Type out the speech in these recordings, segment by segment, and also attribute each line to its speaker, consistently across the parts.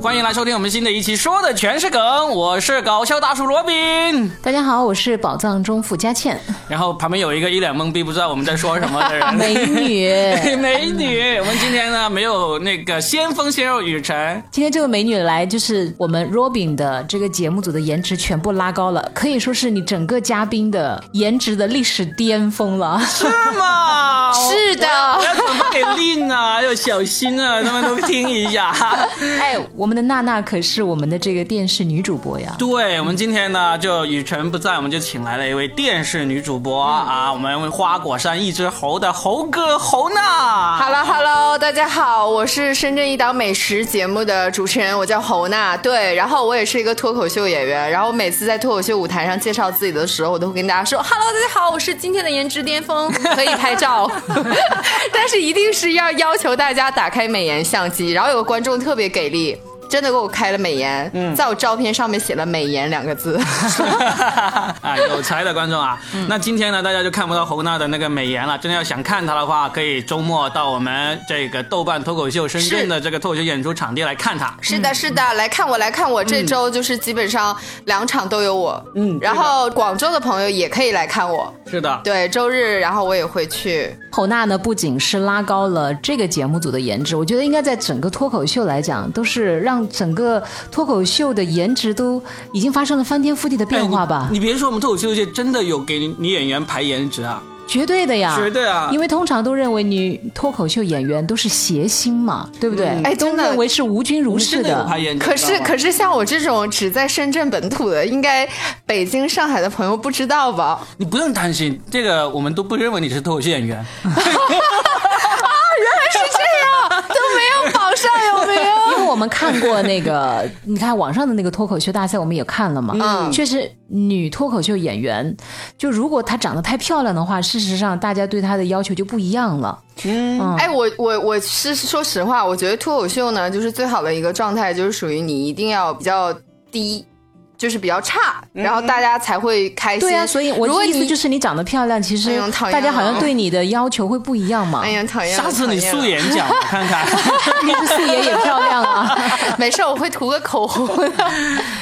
Speaker 1: 欢迎来收听我们新的一期，说的全是梗，我是搞笑大叔罗宾。
Speaker 2: 大家好，我是宝藏中富佳倩，
Speaker 1: 然后旁边有一个一脸懵逼，不知道我们在说什么的
Speaker 2: 美
Speaker 1: 人。
Speaker 2: 女。
Speaker 1: 美女，我们今天呢没有那个先锋鲜肉雨辰，
Speaker 2: 今天这位美女来，就是我们 Robin 的这个节目组的颜值全部拉高了，可以说是你整个嘉宾的颜值的历史巅峰了。
Speaker 1: 是吗？
Speaker 2: 是的
Speaker 1: 我要转发给令啊，要小心啊，他们都听一下。
Speaker 2: 哎，我们的娜娜可是我们的这个电视女主播呀。
Speaker 1: 对，我们今天呢，就雨辰不在，我们就请来了一位电视女主播、啊，我们花果山一只猴的猴哥猴 娜。
Speaker 3: h e l l o h e l l o 大家好，我是深圳一岛美食节目的主持人，我叫侯娜。对，然后我也是一个脱口秀演员，然后每次在脱口秀舞台上介绍自己的时候，我都会跟大家说：“Hello，大家好，我是今天的颜值巅峰，可以拍照。”但是一定是要要求大家打开美颜相机。然后有个观众特别给力。真的给我开了美颜，在我照片上面写了“美颜”两个字。
Speaker 1: 啊，有才的观众啊！那今天呢，大家就看不到侯娜的那个美颜了。真的要想看她的话，可以周末到我们这个豆瓣脱口秀深圳的这个脱口秀演出场地来看她。
Speaker 3: 是的，是的，来看我，来看我，这周就是基本上两场都有我，嗯，然后广州的朋友也可以来看我，
Speaker 1: 是的，
Speaker 3: 对，周日然后我也会去，
Speaker 2: 侯娜呢，不仅是拉高了这个节目组的颜值，我觉得应该在整个脱口秀来讲，都是让整个脱口秀的颜值都已经发生了翻天覆地的变化吧。
Speaker 1: 你别说，我们脱口秀界真的有给女演员排颜值啊，
Speaker 2: 绝对的呀，
Speaker 1: 绝对啊
Speaker 2: 因为通常都认为女脱口秀演员都是谐星嘛，对不对？
Speaker 3: 哎
Speaker 2: 都
Speaker 3: 真的
Speaker 2: 认为是无菌如
Speaker 1: 真
Speaker 2: 是
Speaker 1: 的有排
Speaker 2: 的。
Speaker 1: 颜值。
Speaker 3: 可是可
Speaker 1: 是，
Speaker 3: 是像我这种只在深圳本土的，应该北京、上海的朋友不知道吧？
Speaker 1: 你不用担心，这个我们都不认为你是脱口秀演员。
Speaker 3: 是这 样，都没有榜上有没有？
Speaker 2: 因为我们看过那个， 你看网上的那个脱口秀大赛，我们也看了嘛。
Speaker 3: 嗯
Speaker 2: 确实，女脱口秀演员，就如果她长得太漂亮的话，事实上大家对她的要求就不一样了。
Speaker 3: 哎，我我我是说实话，我觉得脱口秀呢，就是最好的一个状态，就是属于你一定要比较低，就是比较差，然后大家才会开心。
Speaker 2: 对啊呀、所以我
Speaker 3: 哎如果
Speaker 2: 的意思
Speaker 3: 你
Speaker 2: 就是，你长得漂亮，其
Speaker 3: 哎
Speaker 2: 实
Speaker 3: 呦讨厌
Speaker 2: 大家好像
Speaker 3: 了
Speaker 2: 对你的要求会不一样嘛
Speaker 3: 哎。呀，讨厌了！
Speaker 1: 下次你
Speaker 3: 讨厌了
Speaker 1: 素，颜讲，我看看，
Speaker 2: 你是素颜也漂亮 啊，
Speaker 3: 没事，我会涂个口红的。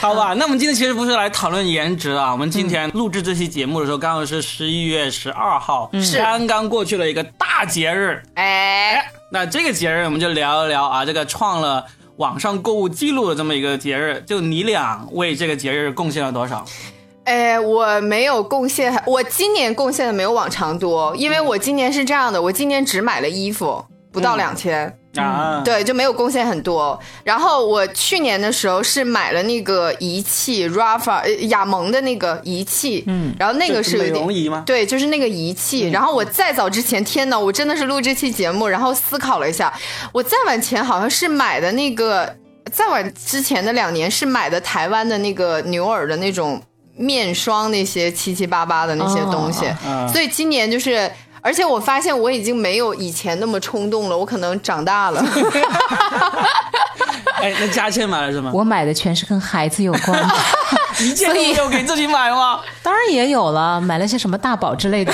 Speaker 1: 好
Speaker 3: 嗯
Speaker 1: 吧？那我们今天其实不是来讨论颜值啊，我们今天录制这期节目的时候，刚好是十一月十二号，
Speaker 3: 嗯是
Speaker 1: 刚刚过去了一个大节日。
Speaker 3: 哎，
Speaker 1: 那这个节日我们就聊一聊啊，这个创了网上购物记录的这么一个节日，就你俩为这个节日贡献了多少？
Speaker 3: 哎，我没有贡献，我今年贡献的没有往常多，因为我今年是这样的，我今年只买了衣服，不到两千、
Speaker 1: 啊，
Speaker 3: 嗯对，就没有贡献很多。然后我去年的时候是买了那个仪器 Rafa 呃雅萌的那个仪器，嗯，然后那个是有
Speaker 1: 美
Speaker 3: 一
Speaker 1: 容
Speaker 3: 点。
Speaker 1: 仪吗？
Speaker 3: 对，就是那个仪器。
Speaker 2: 嗯
Speaker 3: 然后我再早之前，天呐，我真的是录这期节目，然后思考了一下，我再往前好像是买的那个，再往之前的两年是买的台湾的那个牛耳的那种面霜，那些七七八八的那些东西。
Speaker 2: 哦
Speaker 1: 嗯
Speaker 3: 所以今年就是。而且我发现我已经没有以前那么冲动了，我可能长大了。
Speaker 1: 哎，那佳倩买了什么？
Speaker 2: 我买的全是跟孩子有 关的。
Speaker 1: 一件都没有给自己买 吗？
Speaker 2: 当然也有了，买了些什么大宝之 类的。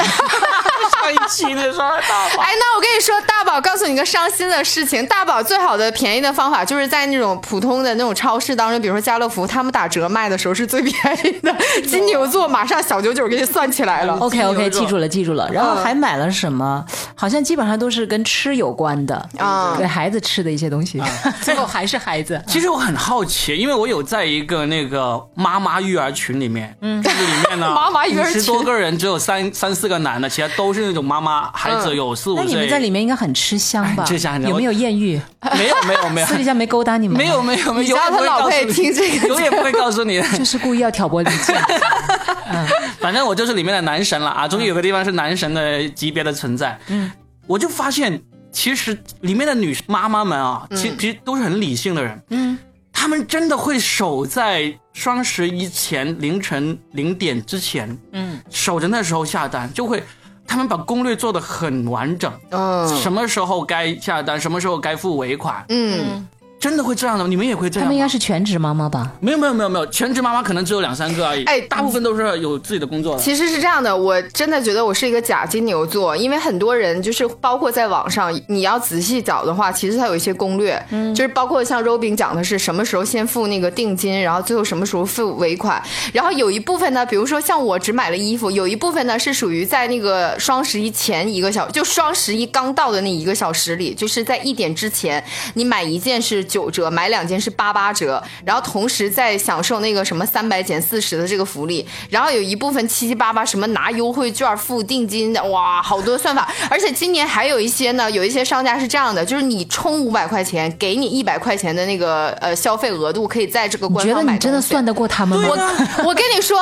Speaker 1: 上一期的时候大吧。
Speaker 3: 哎，那我跟你说，大宝告诉你个伤心的事情。大宝最好的便宜的方法就是在那种普通的那种超市当中，比如说家乐福，他们打折卖的时候是最便宜的。金牛座马上小九九给你算起来了。
Speaker 2: OK
Speaker 1: 有
Speaker 2: OK，
Speaker 1: 一种
Speaker 2: 记住了记住了。然后还买了什么？好像基本上都是跟吃有关的
Speaker 3: 啊
Speaker 2: 给孩子吃的一些东
Speaker 1: 啊
Speaker 2: 西。 最后还是孩子。
Speaker 1: 其实我很好奇，因为我有在一个那个妈妈育儿群里面，嗯，这个里面呢，
Speaker 3: 妈妈育儿群
Speaker 1: 十多个人，只有三三四个男的，其他都是那种妈妈，孩子有四五
Speaker 2: 那
Speaker 1: 岁。
Speaker 2: 你们在里面应该很吃香吧？
Speaker 1: 哎吃香然后
Speaker 2: 有没有 艳遇？
Speaker 1: 没有没有没有
Speaker 2: 私底下没勾搭你们？
Speaker 1: 没有，没有没有，
Speaker 3: 你家他老婆也听这个
Speaker 1: 永远不会告诉你，永远不会告诉你。
Speaker 2: 就是故意要挑拨离 间。
Speaker 1: 啊反正我就是里面的男神了啊！终于有个地方是男神的级别的存在。嗯，我就发现其实里面的女妈妈们啊，其其实都是很理性的人。嗯，她们真的会守在双十一前凌晨零点之前，嗯，守着那时候下单，就会她们把攻略做得很完整，
Speaker 3: 嗯
Speaker 1: 什么时候该下单，什么时候该付尾款，
Speaker 3: 嗯，
Speaker 1: 真的会这样的吗？你们也会这
Speaker 2: 他
Speaker 1: 样
Speaker 2: 们应
Speaker 1: 吗？
Speaker 2: 该是全职妈妈吧？
Speaker 1: 没有没有没有没有，全职妈妈可能只有两三个而已，
Speaker 3: 哎
Speaker 1: 大部分都是有自己的工作的。
Speaker 3: 其实是这样的，我真的觉得我是一个假金牛座，因为很多人就是包括在网上，你要仔细找的话，其实它有一些攻略，就是包括像 Robin 讲的是什么时候先付那个定金，然后最后什么时候付尾款，然后有一部分呢，比如说像我只买了衣服，有一部分呢是属于在那个双十一前一个小，就双十一刚到的那一个小时里，就是在一点之前，你买一件是九折，买两件是八八折，然后同时在享受那个什么三百减四十的这个福利，然后有一部分七七八八什么拿优惠券付定金的，哇，好多算法，而且今年还有一些呢，有一些商家是这样的，就是你充五百块钱，给你一百块钱的那个呃消费额度，可以在这个
Speaker 2: 你
Speaker 3: 官
Speaker 2: 觉得
Speaker 3: 方买
Speaker 2: 你真的
Speaker 3: 东西
Speaker 2: 算得过他们吗？
Speaker 1: 啊
Speaker 3: 我我跟你说，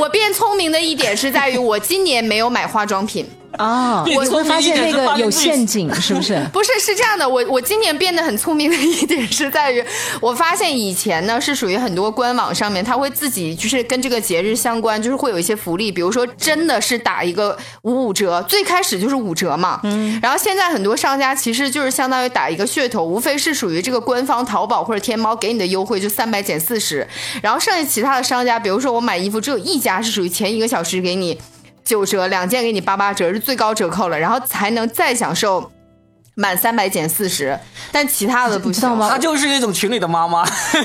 Speaker 3: 我变聪明的一点是在于我今年没有买化妆品。
Speaker 2: 啊，
Speaker 1: 对
Speaker 2: 你
Speaker 1: 从
Speaker 2: 会发
Speaker 1: 你
Speaker 2: 现
Speaker 1: 一点
Speaker 2: 那
Speaker 1: 就发
Speaker 2: 个
Speaker 1: 现
Speaker 2: 有
Speaker 1: 自己
Speaker 2: 陷阱，是不 是？
Speaker 3: 不是，是这样的，我我今年变得很聪明的一点是在于，我发现以前呢是属于很多官网上面，它会自己就是跟这个节日相关，就是会有一些福利，比如说真的是打一个五五折，最开始就是五折嘛，嗯，然后现在很多商家其实就是相当于打一个噱头，无非是属于这个官方淘宝或者天猫给你的优惠就三百减四十，然后剩下其他的商家，比如说我买衣服，只有一家是属于前一个小时给你。九折，两件给你八八折是最高折扣了，然后才能再享受满三百减四十，但其他的不
Speaker 2: 你知道
Speaker 3: 行啊
Speaker 2: 吗
Speaker 1: 她就是一种群里的妈妈，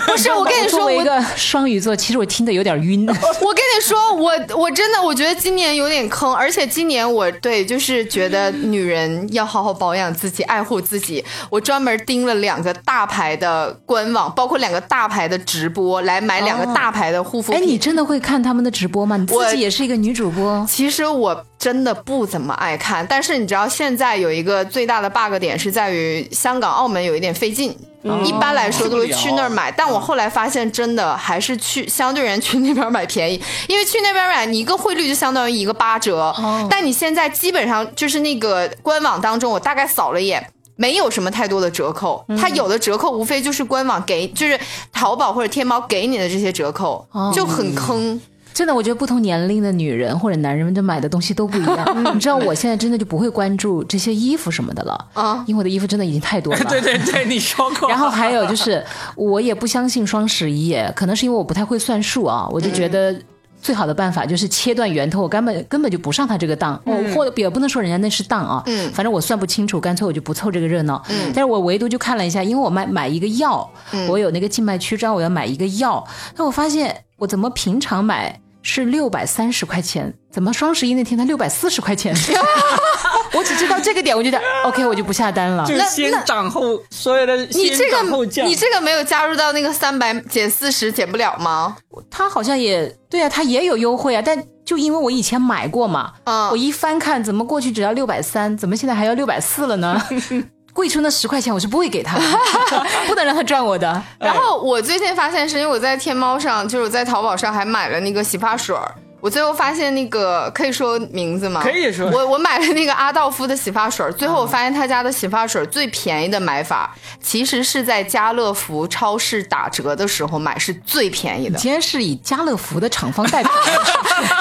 Speaker 3: 不是，我跟你说，
Speaker 2: 作
Speaker 3: 我
Speaker 2: 为一个双鱼座，其实我听得有点晕。
Speaker 3: 我跟你说，我我真的我觉得今年有点坑，而且今年我对就是觉得女人要好好保养自己，爱护自己。我专门盯了两个大牌的官网，包括两个大牌的直播，来买两个大牌的护肤
Speaker 2: 哎，
Speaker 3: 品。
Speaker 2: 你真的会看他们的直播吗？你自
Speaker 3: 我
Speaker 2: 己也是一个女主播，
Speaker 3: 其实我真的不怎么爱看，但是你知道现在有一个最大的 bug 点是在于香港、澳门有一点费劲。一般来说都会去那儿买，但我后来发现，真的还是去相对人去那边买便宜，因为去那边买你一个汇率就相当于一个八折，但你现在基本上就是那个官网当中，我大概扫了一眼。没有什么太多的折扣，它有的折扣无非就是官网给，就是淘宝或者天猫给你的这些折扣，就很坑。
Speaker 2: 真的，我觉得不同年龄的女人或者男人们，就买的东西都不一 样。
Speaker 3: 嗯
Speaker 2: 你知道，我现在真的就不会关注这些衣服什么的了，
Speaker 3: 啊
Speaker 2: 因为我的衣服真的已经太多了。
Speaker 1: 对对对，你说过。
Speaker 2: 然后还有就是，我也不相信双十一，可能是因为我不太会算数啊，我就觉得。最好的办法就是切断源头，我根本根本就不上他这个当，我、或者也不能说人家那是当啊，
Speaker 3: 嗯
Speaker 2: 反正我算不清楚，干脆我就不凑这个热闹。嗯、但是我唯独就看了一下，因为我买买一个药，我有那个静脉曲张，我要买一个药，那我发现我怎么平常买是六百三十块钱，怎么双十一那天它六百四十块钱？ 我只知道这个点，我就觉得 OK，我就不下单了。
Speaker 1: 就是
Speaker 3: 那
Speaker 1: 先涨后，所有的
Speaker 3: 你这
Speaker 1: 先涨后
Speaker 3: 个
Speaker 1: 降
Speaker 3: 你这个没有加入到那个三百减四十减不了
Speaker 1: 哎
Speaker 3: 吗？
Speaker 2: 他好像也对啊，他也有优惠啊，但就因为我以前买过嘛，
Speaker 3: 嗯
Speaker 2: 我一翻看怎么过去只要六百三，怎么现在还要六百四了 呢？贵出那十块钱我是不会给他的，不能让他赚我的。
Speaker 3: 然后我最近发现是因为我在天猫上，就是我在淘宝上还买了那个洗发水儿。我最后发现那个可以说名字吗？
Speaker 1: 可以说嗯
Speaker 3: 我我买了那个阿道夫的洗发水儿，最后我发现他家的洗发水儿最便宜的买法，其实是在家乐福超市打折的时候买，是最 便宜的。
Speaker 2: 今天是以家乐福的厂方代 表，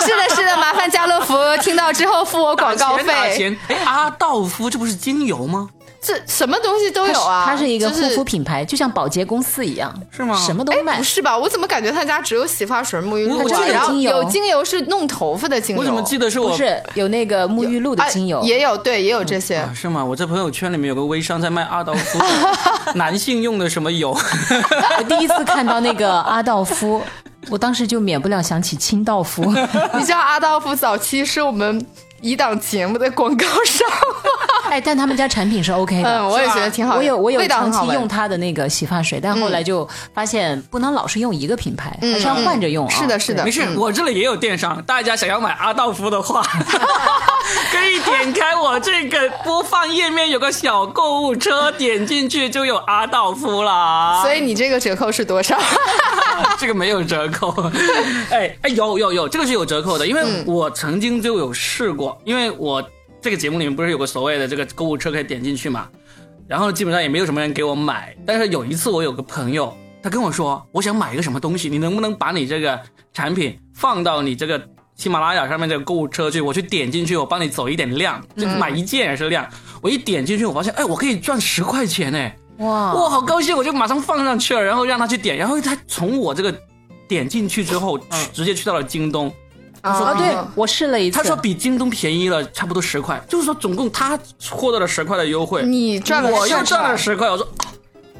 Speaker 3: 是的，是的，麻烦家乐福听到之后付我
Speaker 1: 打
Speaker 3: 广告
Speaker 1: 钱打
Speaker 3: 费。
Speaker 1: 钱。哎，阿道夫这不是精油吗？
Speaker 3: 这什么东西都
Speaker 2: 它
Speaker 3: 有
Speaker 2: 是
Speaker 3: 啊，
Speaker 2: 它是一个
Speaker 3: 就
Speaker 2: 护肤品牌，就像保洁公司一样，
Speaker 1: 是吗
Speaker 2: 什么都卖
Speaker 3: 哎不。是吧？我怎么感觉他家只有洗发水、沐浴
Speaker 1: 我
Speaker 3: 露
Speaker 1: 我记
Speaker 3: 啊？
Speaker 1: 得有
Speaker 3: 然后
Speaker 2: 精油
Speaker 3: 有精油是弄头发的精油，
Speaker 1: 我怎么记得是我
Speaker 2: 不是有那个沐浴露的精油
Speaker 3: 啊、，也有，对，也有这 些。
Speaker 1: 啊，是吗？我在朋友圈里面有个微商在卖阿道夫 男性用的什么油，
Speaker 2: 我第一次看到那个阿道夫，我当时就免不了想起清道 夫。
Speaker 3: 你知道阿道夫早期是我们一档节目的广告商，
Speaker 2: 哎，但他们家产品是 OK 的，
Speaker 3: 嗯，我也觉得挺好
Speaker 2: 我
Speaker 3: 闻，
Speaker 2: 有我有
Speaker 3: 味道嗯
Speaker 2: 长
Speaker 3: 很好
Speaker 2: 期
Speaker 3: 闻
Speaker 2: 用。它的那个洗发水，但后来就发现不能老是用一个品牌，还是要换着用啊。
Speaker 3: 嗯是的，是的，
Speaker 1: 没事，
Speaker 3: 嗯
Speaker 1: 我这里也有电商，大家想要买阿道夫的 话，可以点开我这个播放页面有个小购物车，点进去就有阿道夫啦。
Speaker 3: 所以你这个折扣是多少？
Speaker 1: 这个没有折扣，哎哎，有有有，这个是有折扣的，因为我曾经就有试过，因为我这个节目里面不是有个所谓的这个购物车可以点进去嘛，然后基本上也没有什么人给我买，但是有一次我有个朋友，他跟我说我想买一个什么东西，你能不能把你这个产品放到你这个喜马拉雅上面这个购物车去，我去点进去，我帮你走一点量，就买一件也是量，我一点进去，我发现哎，我可以赚十块钱哎。
Speaker 3: 哦
Speaker 2: 哇
Speaker 1: 哇，好高兴，我就马上放上去了，然后让他去点，然后他从我这个点进去之后，
Speaker 3: 嗯
Speaker 1: 直接去到了京东，
Speaker 2: 啊，对
Speaker 3: 哦
Speaker 2: 我试了一次，
Speaker 1: 他说比京东便宜了差不多十块，就是说总共他获得了十块的优惠，
Speaker 3: 你赚了
Speaker 1: 我
Speaker 3: 10
Speaker 1: 又赚
Speaker 3: 块
Speaker 1: 了十块，我说、啊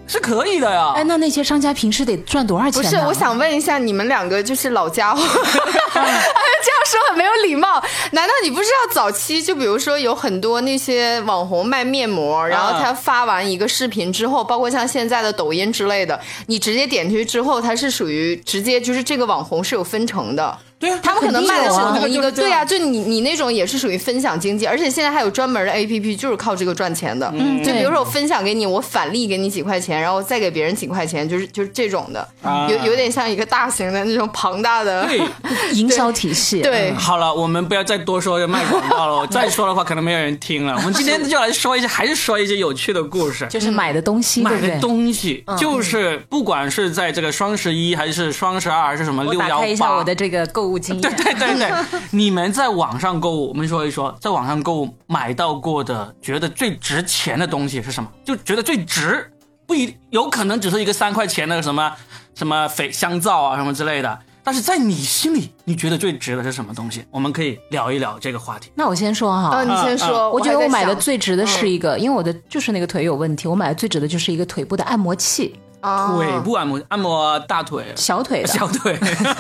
Speaker 1: 是可以的呀。
Speaker 2: 哎，那那些商家平时得赚多少钱
Speaker 3: 不
Speaker 2: 呢？
Speaker 3: 是，我想问一下，你们两个就是老家伙， 这样说很没有礼貌。难道你不知道早期就比如说有很多那些网红卖面膜，然后他发完一个视频之后，包括像现在的抖音之类的，你直接点进去之后，它是属于直接就是这个网红是有分成的。
Speaker 1: 对啊，
Speaker 3: 他们可能卖的是
Speaker 1: 肯定有啊
Speaker 3: 同一
Speaker 1: 这
Speaker 3: 个，
Speaker 1: 个就是这
Speaker 3: 对呀、
Speaker 1: 样
Speaker 3: 就你你那种也是属于分享经济，而且现在还有专门的 A P P 就是靠这个赚钱的。嗯，就比如说我分享给你，我返利给你几块钱，然后再给别人几块钱，就是就是这种的，
Speaker 1: 啊
Speaker 3: 有有点像一个大型的那种庞大的，
Speaker 1: 对。嗯
Speaker 2: 营销体系，
Speaker 3: 啊对
Speaker 1: 好了，我们不要再多说卖广告了，我再说的话可能没有人听了。我们今天就来说一些，还是说一些有趣的故事。
Speaker 3: 嗯
Speaker 2: 就是买的东西，对
Speaker 1: 买
Speaker 2: 不对嗯
Speaker 1: 的？东西就是不管是在这个双十一还是双十二还是什么
Speaker 2: 我
Speaker 1: 六
Speaker 2: 打
Speaker 1: 幺
Speaker 2: 开一下
Speaker 1: 八
Speaker 2: 我，的这个购物经
Speaker 1: 对
Speaker 2: 验，
Speaker 1: 对对对， 你们在网上购物，我们说一说，在网上购物买到过的觉得最值钱的东西是什么？就觉得最值，不一有可能只是一个三块钱的什么什么肥香皂啊什么之类的，但是在你心里，你觉得最值的是什么东西？我们可以聊一聊这个话题。
Speaker 2: 那我先说哈，
Speaker 3: 啊，你先
Speaker 1: 啊
Speaker 3: 说，
Speaker 2: 我觉
Speaker 3: 还
Speaker 2: 得
Speaker 3: 在
Speaker 2: 我买的
Speaker 3: 想嗯
Speaker 2: 最值的是一个，因为我的就是那个腿有问题，我买的最值的就是一个腿部的按摩器，
Speaker 3: 啊
Speaker 1: 腿部按摩，按摩大腿、
Speaker 2: 小腿哦的。
Speaker 1: 小 腿。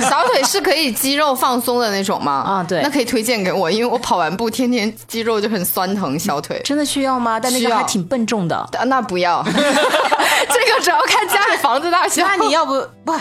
Speaker 3: 小腿是可以肌肉放松的那种吗？
Speaker 2: 啊对
Speaker 3: 那可以推荐给我，因为我跑完步天天肌肉就很酸疼，小腿。
Speaker 2: 真的需要吗？但那
Speaker 3: 需
Speaker 2: 个
Speaker 3: 要
Speaker 2: 还挺笨重的。
Speaker 3: 啊那不要，这 个主要看家里房子大小。
Speaker 2: 啊那你要不不，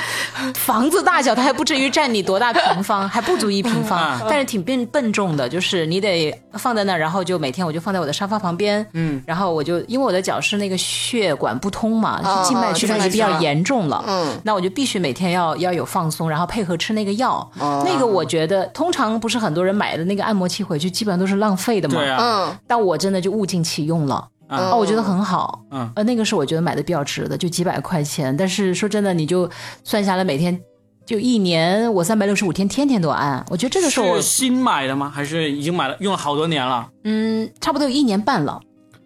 Speaker 2: 房子大小它还不至于占你多大平方，还不足一平方，但是挺笨笨重的，就是你得放在那儿，然后就每天我就放在我的沙发旁边，嗯，然后我就因为我的脚是那个血管不通嘛，
Speaker 3: 啊
Speaker 2: 是静脉曲张已经比
Speaker 3: 静脉
Speaker 2: 较
Speaker 3: 曲张
Speaker 2: 严重了，
Speaker 3: 嗯，
Speaker 2: 那我就必须每天要要有放松，然后配合吃那个药，
Speaker 3: 哦
Speaker 2: 那个我觉得通常不是很多人买的那个按摩器回去基本上都是浪费的嘛，
Speaker 1: 对啊，
Speaker 3: 嗯，
Speaker 2: 但我真的就物尽其用了。
Speaker 1: 嗯
Speaker 2: 哦，我觉得很好，
Speaker 1: 嗯
Speaker 2: 呃，那个是我觉得买的比较值的，就几百块钱。但是说真的，你就算下来每天就一年，我三百六十五天天天都按，我觉得这个是我
Speaker 1: 是新买的吗？还是已经买了，用了好多年了？
Speaker 2: 嗯，差不多有一年半了。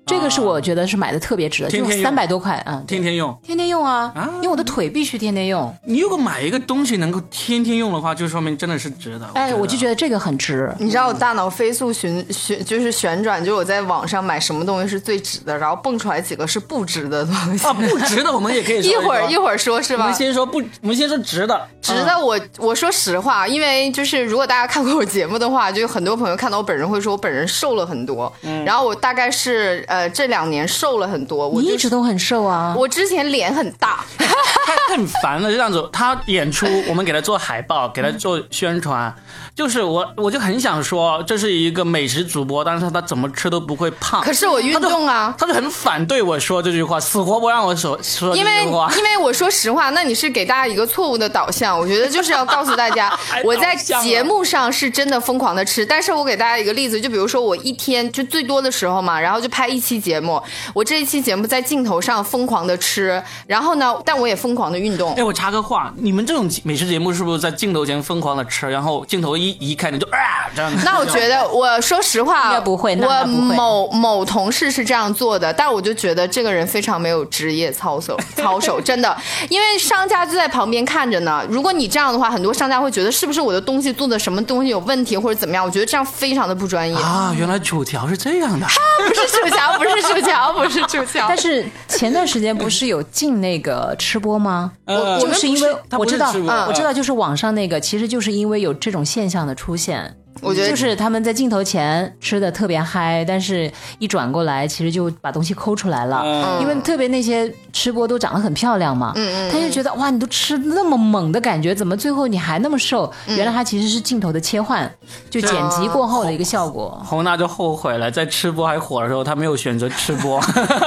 Speaker 2: 这个是我觉得是买的特别值的，
Speaker 1: 哦天天
Speaker 2: 就
Speaker 1: 用
Speaker 2: 三百多块啊，嗯对
Speaker 1: 天天用。
Speaker 2: 天天用啊
Speaker 1: 啊，
Speaker 2: 因为我的腿必须天天用。
Speaker 1: 你如果买一个东西能够天天用的话，就说明真的是值的。
Speaker 2: 哎，我就觉
Speaker 1: 得
Speaker 2: 得这个很值。
Speaker 3: 你知道我大脑飞速旋旋就是旋转，就我在网上买什么东西是最值的，然后蹦出来几个是不值的东西。
Speaker 1: 啊，不值的我们也可以说
Speaker 3: 一会儿一
Speaker 1: 儿
Speaker 3: 会儿说是
Speaker 1: 我
Speaker 3: 吧
Speaker 1: 们？先说不，我们先说值啊的，
Speaker 3: 值的我我说实话，因为就是如果大家看过我节目的话，就有很多朋友看到我本人会说我本人瘦了很多，然后我大概是呃这两年瘦了很多，我
Speaker 2: 你
Speaker 3: 就
Speaker 2: 一直都很瘦啊，
Speaker 3: 我之前脸很大，
Speaker 1: 太太烦了。这样子，他演出我们给他做海报，给他做宣 传，就是我我就很想说，这是一个美食主播，但是他怎么吃都不会胖。
Speaker 3: 可是我运动啊。
Speaker 1: 他就很反对我说这句话，死活不让我说说这
Speaker 3: 因为
Speaker 1: 句话。
Speaker 3: 因为我说实话，那你是给大家一个错误的导向。我觉得就是要告诉大 家
Speaker 1: 还，
Speaker 3: 我在
Speaker 1: 哎导向了
Speaker 3: 节目上是真的疯狂的吃，但是我给大家一个例子，就比如说我一天就最多的时候嘛，然后就拍一期节目，我这一期节目在镜头上疯狂的吃，然后呢，但我也疯狂的运动
Speaker 1: 哎，。我插个话，你们这种美食节目是不是在镜头前疯狂的吃，然后镜头一移开你就啊这样子？
Speaker 3: 那我觉得，我说实
Speaker 2: 应
Speaker 3: 话，
Speaker 2: 该不会那
Speaker 3: 我
Speaker 2: 那不会
Speaker 3: 某某同事是这样做的，但我就觉得这个人非常没有职业操守，操守真的，因为商家就在旁边看着呢。如果你这样的话，很多商家会觉得是不是我的东西做的什么东西有问题或者怎么样？我觉得这样非常的不专业。
Speaker 1: 啊，原来九条是这样的。
Speaker 3: 不是楚乔，不是楚乔，不是楚乔
Speaker 2: 但。是前段时间不是有进那个吃播吗？
Speaker 1: 呃
Speaker 3: 我
Speaker 2: 就
Speaker 3: 们
Speaker 2: 是
Speaker 1: 不
Speaker 2: 因为
Speaker 1: 他
Speaker 2: 我
Speaker 1: 不是
Speaker 2: 知道
Speaker 1: 吃播，嗯
Speaker 2: 我知道，就是网上那个，其实就是因为有这种现象的出现。
Speaker 3: 我觉得
Speaker 2: 就是他们在镜头前吃的特别嗨，但是一转过来，其实就把东西抠出来了。
Speaker 1: 嗯
Speaker 2: 因为特别那些吃播都长得很漂亮嘛，他就觉得哇，你都吃那么猛的感觉，怎么最后你还那么瘦？
Speaker 1: 嗯
Speaker 2: 原来他其实是镜头的切换，就剪辑过后的一个效果。
Speaker 1: 红娜就后悔了，在吃播还火的时候，她没有选择吃 播，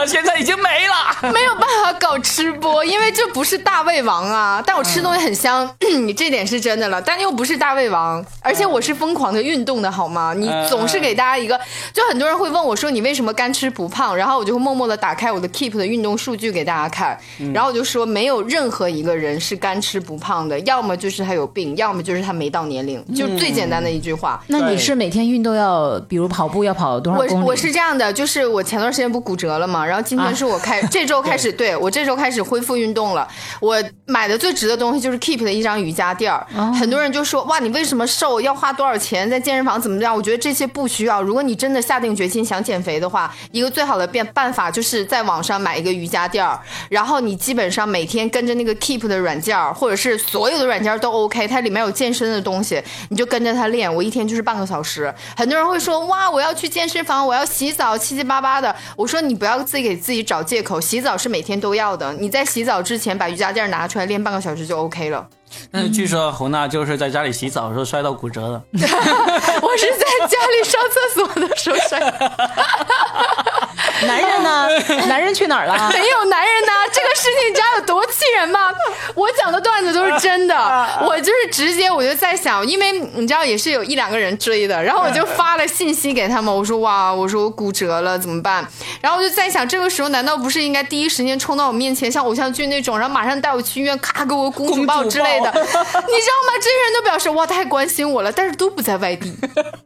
Speaker 1: 现在已经没了。
Speaker 3: 没有办法搞吃播，因为这不是大胃王啊！但我吃东西很香，你这点是真的了，但又不是大胃王，而且我是疯狂个运动的好吗？你总是给大家一个，就很多人会问我说你为什么干吃不胖，然后我就会默默的打开我的 Keep 的运动数据给大家看，然后我就说没有任何一个人是干吃不胖的，要么就是他有病，要么就是他没到年龄，就最简单的一句话。
Speaker 2: 那你
Speaker 1: 对
Speaker 2: 是每天运动要，比如跑步要跑多少
Speaker 3: 我
Speaker 2: 公里？啊
Speaker 3: 我是这样的，就是我前段时间不骨折了嘛，然后今天是 我开、这周开始，对我这周开始恢复运动了。我买的最值的东西就是 Keep 的一张瑜伽垫儿、
Speaker 2: 哦
Speaker 3: 很多人就说哇，你为什么瘦？要花多少钱？在健身房怎么样？我觉得这些不需要。如果你真的下定决心想减肥的话，一个最好的变办法就是在网上买一个瑜伽垫儿，然后你基本上每天跟着那个 Keep 的软件儿，或者是所有的软件儿都 OK，它里面有健身的东西，你就跟着它练。我一天就是半个小时。很多人会说哇，我要去健身房，我要洗澡，七七八八的。我说你不要自己给自己找借口，洗澡是每天都要的。你在洗澡之前把瑜伽垫儿拿出来练半个小时就 OK 了。
Speaker 1: 但是嗯据说侯娜就是在家里洗澡的时候摔到骨折的，
Speaker 3: 我是在家里上厕所的时候摔。
Speaker 2: 男 人呢？男人去哪儿了？
Speaker 3: 没有男人呐、这个事情你知道有多气人吗？我讲的段子都是真的，我就是直接我就在想，因为你知道也是有一两个人追的，然后我就发了信息给他们，我说哇，我说我骨折了怎么办？然后我就在想，这个时候难道不是应该第一时间冲到我面前，像偶像剧那种，然后马上带我去医院，咔给我公主抱之类的？你
Speaker 1: 公
Speaker 3: 知道吗？这些人都表示哇太关心我了，但是都不在外地。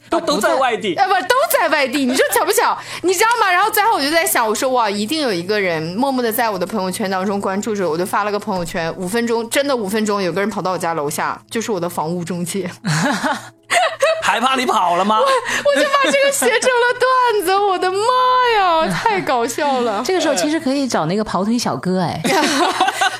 Speaker 1: 都都在外地。
Speaker 3: 哎，不都在外地，你说巧不巧？你知道吗？然后最后我就在想，我说哇，一定有一个人默默的在我的朋友圈当中关注着，我就发了个朋友圈，五分钟，真的五分钟，有个人跑到我家楼下，就是我的房屋中介，
Speaker 1: 还怕你跑了吗？
Speaker 3: 我就把这个写成了段子，我的妈呀，太搞笑了！
Speaker 2: 这个时候其实可以找那个跑腿小哥，哎，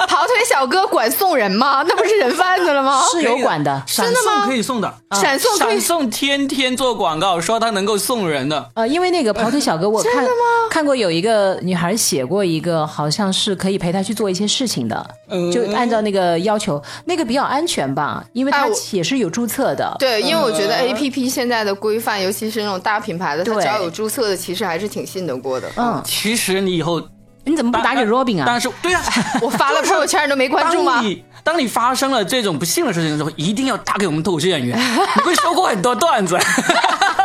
Speaker 3: 跑腿小哥管送人吗？那不是人贩子了吗？
Speaker 2: 是有啊管的。
Speaker 1: 闪
Speaker 3: 的吗
Speaker 1: 送可以送的，
Speaker 3: 闪送可以
Speaker 1: 闪送天天做广告，说他能够送人的。
Speaker 2: 呃，因为那个跑腿小哥，我看看过有一个女孩写过一个，好像是可以陪他去做一些事情的，
Speaker 3: 嗯
Speaker 2: 就按照那个要求，那个比较安全吧，因为
Speaker 3: 哎
Speaker 2: 他
Speaker 3: 我
Speaker 2: 也是有注册的。
Speaker 3: 对，因为我觉得 A P P 现在的规范，尤其是那种大品牌的，它
Speaker 2: 嗯对
Speaker 3: 只要有注册的，其实还是挺信得过的。
Speaker 2: 嗯，
Speaker 1: 其实你以后
Speaker 2: 你怎么不打给 Robin
Speaker 1: 但
Speaker 2: 啊？
Speaker 1: 是 对呀、
Speaker 3: 我发了朋友圈，你都没关注吗
Speaker 1: 当？你当你发生了这种不幸的事情的时候，一定要打给我们脱口秀演员，你会收获很多段子。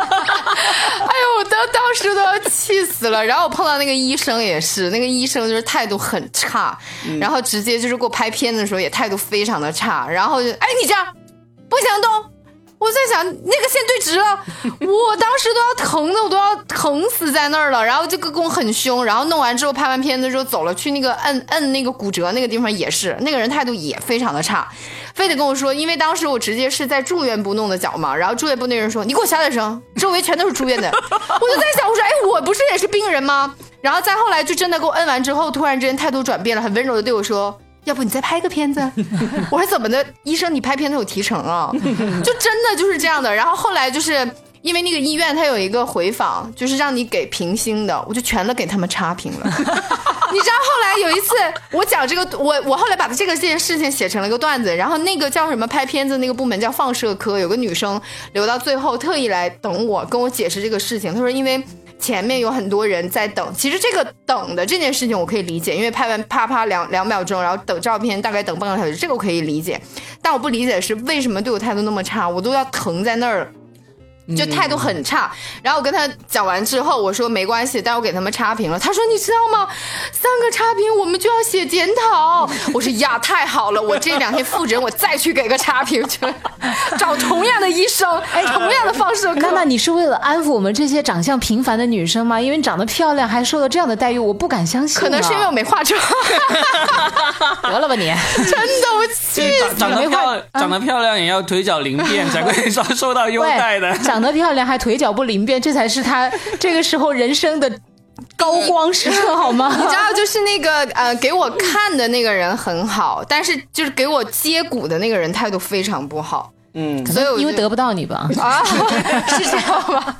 Speaker 3: 哎呦，我当当时都要气死了。然后我碰到那个医生也是，那个医生就是态度很差，然后直接就是给我拍片子的时候也态度非常的差。然后就，哎，你这样不想动。我在想那个线对直了，我当时都要疼的，我都要疼死在那儿了。然后这个跟我很凶，然后弄完之后拍完片子之后走了，去那个摁摁那个骨折那个地方也是，那个人态度也非常的差，非得跟我说，因为当时我直接是在住院部弄的脚嘛，然后住院部那人说你给我小点声，周围全都是住院的，我就在想我说哎我不是也是病人吗？然后再后来就真的给我摁完之后，突然之间态度转变了，很温柔的对我说。要不你再拍个片子？我说怎么的？医生，你拍片子有提成啊？ 就真的就是这样的。然后后来就是因为那个医院它有一个回访，就是让你给评星的，我就全都给他们差评了。你知道后来有一次我讲这个，我我后来把这个这件事情写成了一个段子，然后那个叫什么拍片子那个部门叫放射科，有个女生留到最后特意来等我，跟我解释这个事情。她说因为。前面有很多人在等，其实这个等的这件事情我可以理解，因为拍完啪啪两两秒钟，然后等照片大概等半个小时，这个我可以理解。但我不理解是为什么对我态度那么差，我都要疼在那儿了。就态度
Speaker 1: 嗯
Speaker 3: 很差，然后我跟他讲完之后，我说没关系，但我给他们差评了。他说你知道吗？三个差评我们就要写检讨。我说呀，太好了，我这两天复诊，我再去给个差 评去，找同样的医 生，哎，同样的放射科。
Speaker 2: 娜娜，你是为了安抚我们这些长相平凡的女生吗？因为你长得漂亮还受到这样的待遇，我不敢相信啊。
Speaker 3: 可能是因为我没化妆，
Speaker 2: 得了吧 你，
Speaker 3: 真的我气
Speaker 1: 长长得漂亮，长得漂亮也要腿脚灵便才会受受到优待的。
Speaker 2: 长得漂亮还腿脚不灵便，这才是她这个时候人生的高光时刻，好吗？
Speaker 3: 你知道，就是那个呃，给我看的那个人很好，但是就是给我接骨的那个人态度非常不好，
Speaker 1: 嗯，
Speaker 3: 所以我就
Speaker 2: 因为得不到你 吧？
Speaker 3: 啊，是这样吗？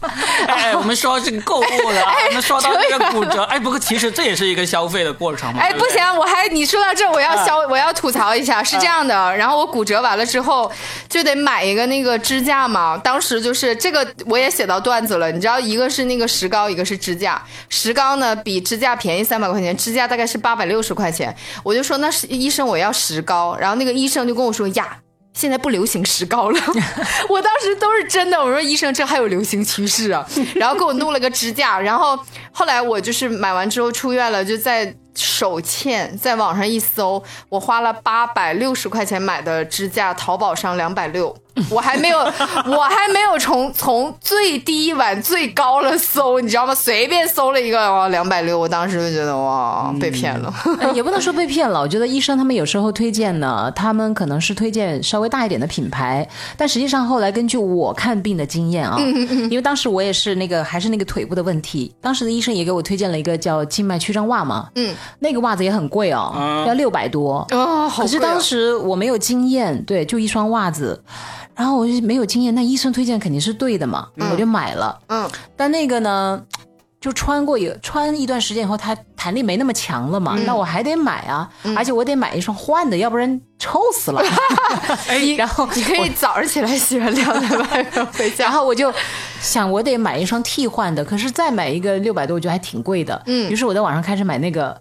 Speaker 1: 哎，我们说这个购物的啊，我们说到这个骨折，哎，不过其实这也是一个消费的过程嘛。
Speaker 3: 哎，
Speaker 1: 对
Speaker 3: 不
Speaker 1: 对
Speaker 3: 行，我还你说到这儿，我要消，我要吐槽一下，是这样的，啊然后我骨折完了之后就得买一个那个支架嘛，当时就是这个我也写到段子了，你知道，一个是那个石膏，一个是支架，石膏呢比支架便宜三百块钱，支架大概是八百六十块钱，我就说那是医生我要石膏，然后那个医生就跟我说呀。现在不流行石膏了， 我当时都是真的。我说医生，这还有流行趋势啊？ 然后给我弄了个支架，然后后来我就是买完之后出院了，就在手欠，在网上一搜，我花了八百六十块钱买的支架，淘宝上两百六，我还没有， 我还没有从从最低往最高了搜，你知道吗？随便搜了一个两百六，我当时就觉得哇，被骗了。
Speaker 2: 呃也不能说被骗了，我觉得医生他们有时候推荐呢，他们可能是推荐稍微大一点的品牌，但实际上后来根据我看病的经验啊，
Speaker 3: 嗯
Speaker 2: 因为当时我也是那个还是那个腿部的问题，当时的医生也给我推荐了一个叫静脉曲张袜嘛，嗯，那个袜子也很贵哦，要六百多，
Speaker 3: 啊哦，好
Speaker 2: 可是
Speaker 3: 贵啊
Speaker 2: 当时我没有经验，对，就一双袜子，然后我就没有经验，那医生推荐肯定是对的嘛，我就买了。
Speaker 3: 嗯，
Speaker 2: 但那个呢，就穿过有穿一段时间以后，它弹力没那么强了
Speaker 3: 嗯
Speaker 2: 嘛，那我还得买啊，而且我得买一双换的，要不然臭死 了。
Speaker 3: 哎
Speaker 2: 然后
Speaker 3: 你可以早上起来洗完凉在外 面回家。
Speaker 2: 然后我就想，我得买一双替换的，可是再买一个六百多，我觉得还挺贵的。
Speaker 3: 嗯
Speaker 2: 于是我在网上开始买那个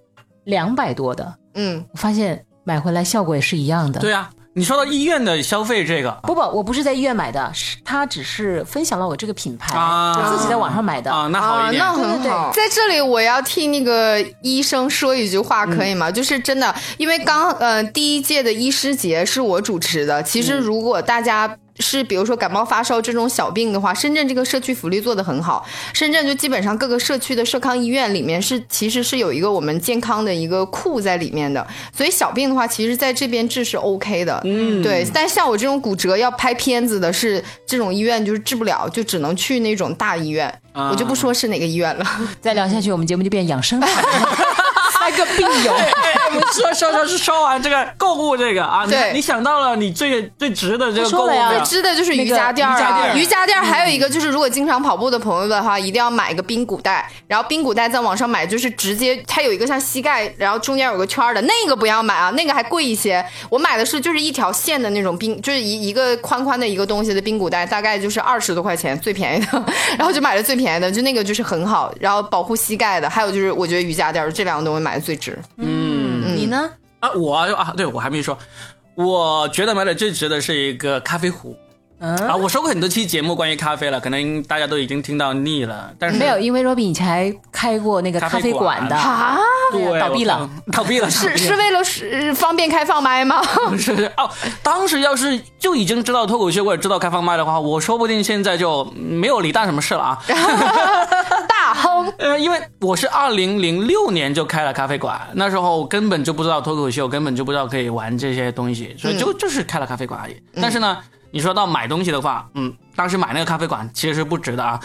Speaker 2: 两百多的，
Speaker 3: 嗯，
Speaker 2: 我发现买回来效果也是一样的。
Speaker 1: 对啊，你说到医院的消费这个
Speaker 2: 不不，我不是在医院买的，是他只是分享了我这个品牌，
Speaker 1: 啊
Speaker 2: 我自己在网上买的。
Speaker 1: 啊，那好一点。
Speaker 3: 啊、
Speaker 2: 对
Speaker 3: 那很
Speaker 2: 对对
Speaker 3: 好。在这里，我要替那个医生说一句话，可以吗？就是真的，因为刚呃第一届的医师节是我主持的。其实如果大家。是，比如说感冒发烧这种小病的话，深圳这个社区福利做得很好。深圳就基本上各个社区的社康医院里面是，其实是有一个我们健康的一个库在里面的，所以小病的话，其实在这边治是 OK 的。嗯，对。但像我这种骨折要拍片子的是，这种医院就是治不了，就只能去那种大医院。
Speaker 1: 啊
Speaker 3: 我就不说是哪个医院了。
Speaker 2: 再聊下去，我们节目就变养生台了，三个病 友。
Speaker 1: 哎我们说说说说完这个购物这个啊，
Speaker 3: 对
Speaker 1: 你你想到了你最最值的这个购物
Speaker 2: 他说了呀
Speaker 1: 的
Speaker 2: 这
Speaker 3: 知的就是瑜伽垫儿
Speaker 1: 那
Speaker 3: 啊，
Speaker 1: 个
Speaker 3: 瑜
Speaker 1: 瑜
Speaker 3: 伽垫儿还有一个就是，如果经常跑步的朋友的话，一定要买一个髌骨带，然后髌骨带在网上买，就是直接它有一个像膝盖，然后中间有个圈儿的那个不要买啊，那个还贵一些。我买的是就是一条线的那种髌，就是一一个宽宽的一个东西的髌骨带，大概就是二十多块钱最便宜的， 然后就买了最便宜的，就那个就是很好，然后保护膝盖的，还有就是我觉得瑜伽垫儿这两个东西买的最值。
Speaker 2: 嗯，你呢？
Speaker 1: 啊，我啊，对我还没说，我觉得买的最值的是一个咖啡壶。啊，
Speaker 2: 嗯，
Speaker 1: 我说过很多期节目关于咖啡了，可能大家都已经听到腻了，但是
Speaker 2: 没有，因为 Robin 以前还开过那个咖
Speaker 1: 咖
Speaker 2: 啡
Speaker 1: 啡
Speaker 2: 馆
Speaker 1: 馆
Speaker 2: 的，
Speaker 3: 啊，
Speaker 1: 对
Speaker 2: 倒闭了，
Speaker 1: 我倒闭了，
Speaker 3: 是是为了是方便开放麦吗？
Speaker 1: 不是 是哦，当时要是就已经知道脱口秀或者知道开放麦的话，我说不定现在就没有李诞什么事了啊。
Speaker 3: 大亨，
Speaker 1: 呃，因为我是二零零六年就开了咖啡馆，那时候根本就不知道脱口秀，根本就不知道可以玩这些东西，
Speaker 3: 嗯
Speaker 1: 所以就、就是开了咖啡馆而已。但是呢，你说到买东西的话，嗯，当时买那个咖啡馆其实是不值的啊，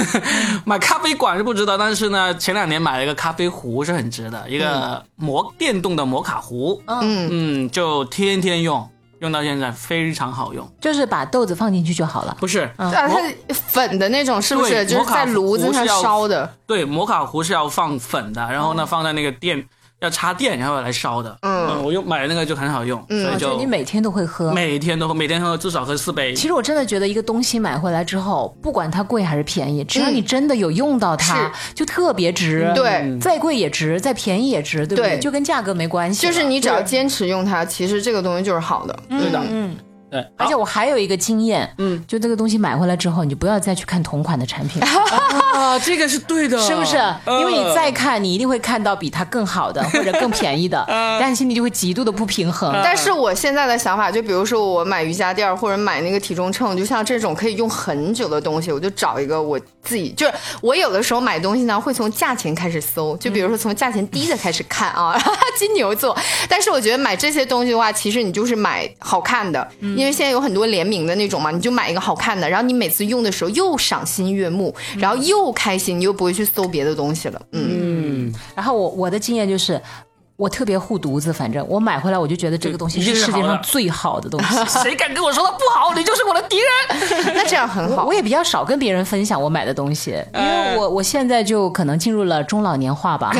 Speaker 1: 买咖啡馆是不值得，但是呢，前两年买了一个咖啡壶是很值的，一
Speaker 3: 嗯
Speaker 1: 个摩电动的摩卡壶，
Speaker 2: 嗯
Speaker 1: 嗯，就天天用，用到现在非常好用，
Speaker 2: 就是把豆子放进去就好了。
Speaker 1: 不是。
Speaker 3: 啊，它粉的那种是不是
Speaker 1: 对
Speaker 3: 就是在炉子上烧的？
Speaker 1: 对，摩卡壶是要放粉的，然后呢放在那个电要插电，然后来烧的。
Speaker 3: 嗯
Speaker 1: 我用买那个就很好用，所
Speaker 2: 我
Speaker 1: 以
Speaker 2: 觉得
Speaker 1: 就
Speaker 2: 啊哦你每天都会喝。
Speaker 1: 每天都每天喝至少喝四杯。
Speaker 2: 其实我真的觉得一个东西买回来之后，不管它贵还是便宜，只要你真的有用到它，就特别值。
Speaker 3: 嗯对，
Speaker 2: 再贵也值，再便宜也值，对不
Speaker 3: 对
Speaker 2: 就跟价格没关系
Speaker 3: 就
Speaker 2: 了。
Speaker 3: 是你只要坚持用它，其实这个东西就是好的。
Speaker 1: 对的，
Speaker 2: 嗯，
Speaker 1: 对，
Speaker 2: 而且
Speaker 1: 好
Speaker 2: 我还有一个经验，嗯，就这个东西买回来之后，你就不要再去看同款的 产品了，
Speaker 1: 啊，这个是对的，
Speaker 2: 是不是？
Speaker 1: 呃
Speaker 2: 因为你再看，你一定会看到比它更好的 或者更便宜的，
Speaker 1: 嗯
Speaker 2: 但你心里就会极度的不平衡。
Speaker 3: 但是我现在的想法，就比如说我买瑜伽垫儿或者买那个体重秤，就像这种可以用很久的东西，我就找一个我自己。就是我有的时候买东西呢，会从价钱开始搜，就比如说从价钱低的开始看啊， 金牛座。但是我觉得买这些东西的话，其实你就是买好看的，因为现在有很多联名的那种嘛，你就买一个好看的，然后你每次用的时候又赏心悦目，然后又开心，你又不会去搜别的东西了。嗯，
Speaker 2: 然后我我的经验就是。我特别护犊子，反正我买回来我就觉得这个东西
Speaker 1: 一定
Speaker 2: 是
Speaker 1: 是
Speaker 2: 世界
Speaker 1: 好的
Speaker 2: 上最好的东西。
Speaker 1: 谁敢跟我说它不好，你就是我的敌人。
Speaker 3: 那这样很
Speaker 2: 我
Speaker 3: 好
Speaker 2: 我。也比较少跟别人分享我买的东西，因为我我现在就可能进入了中老年化吧，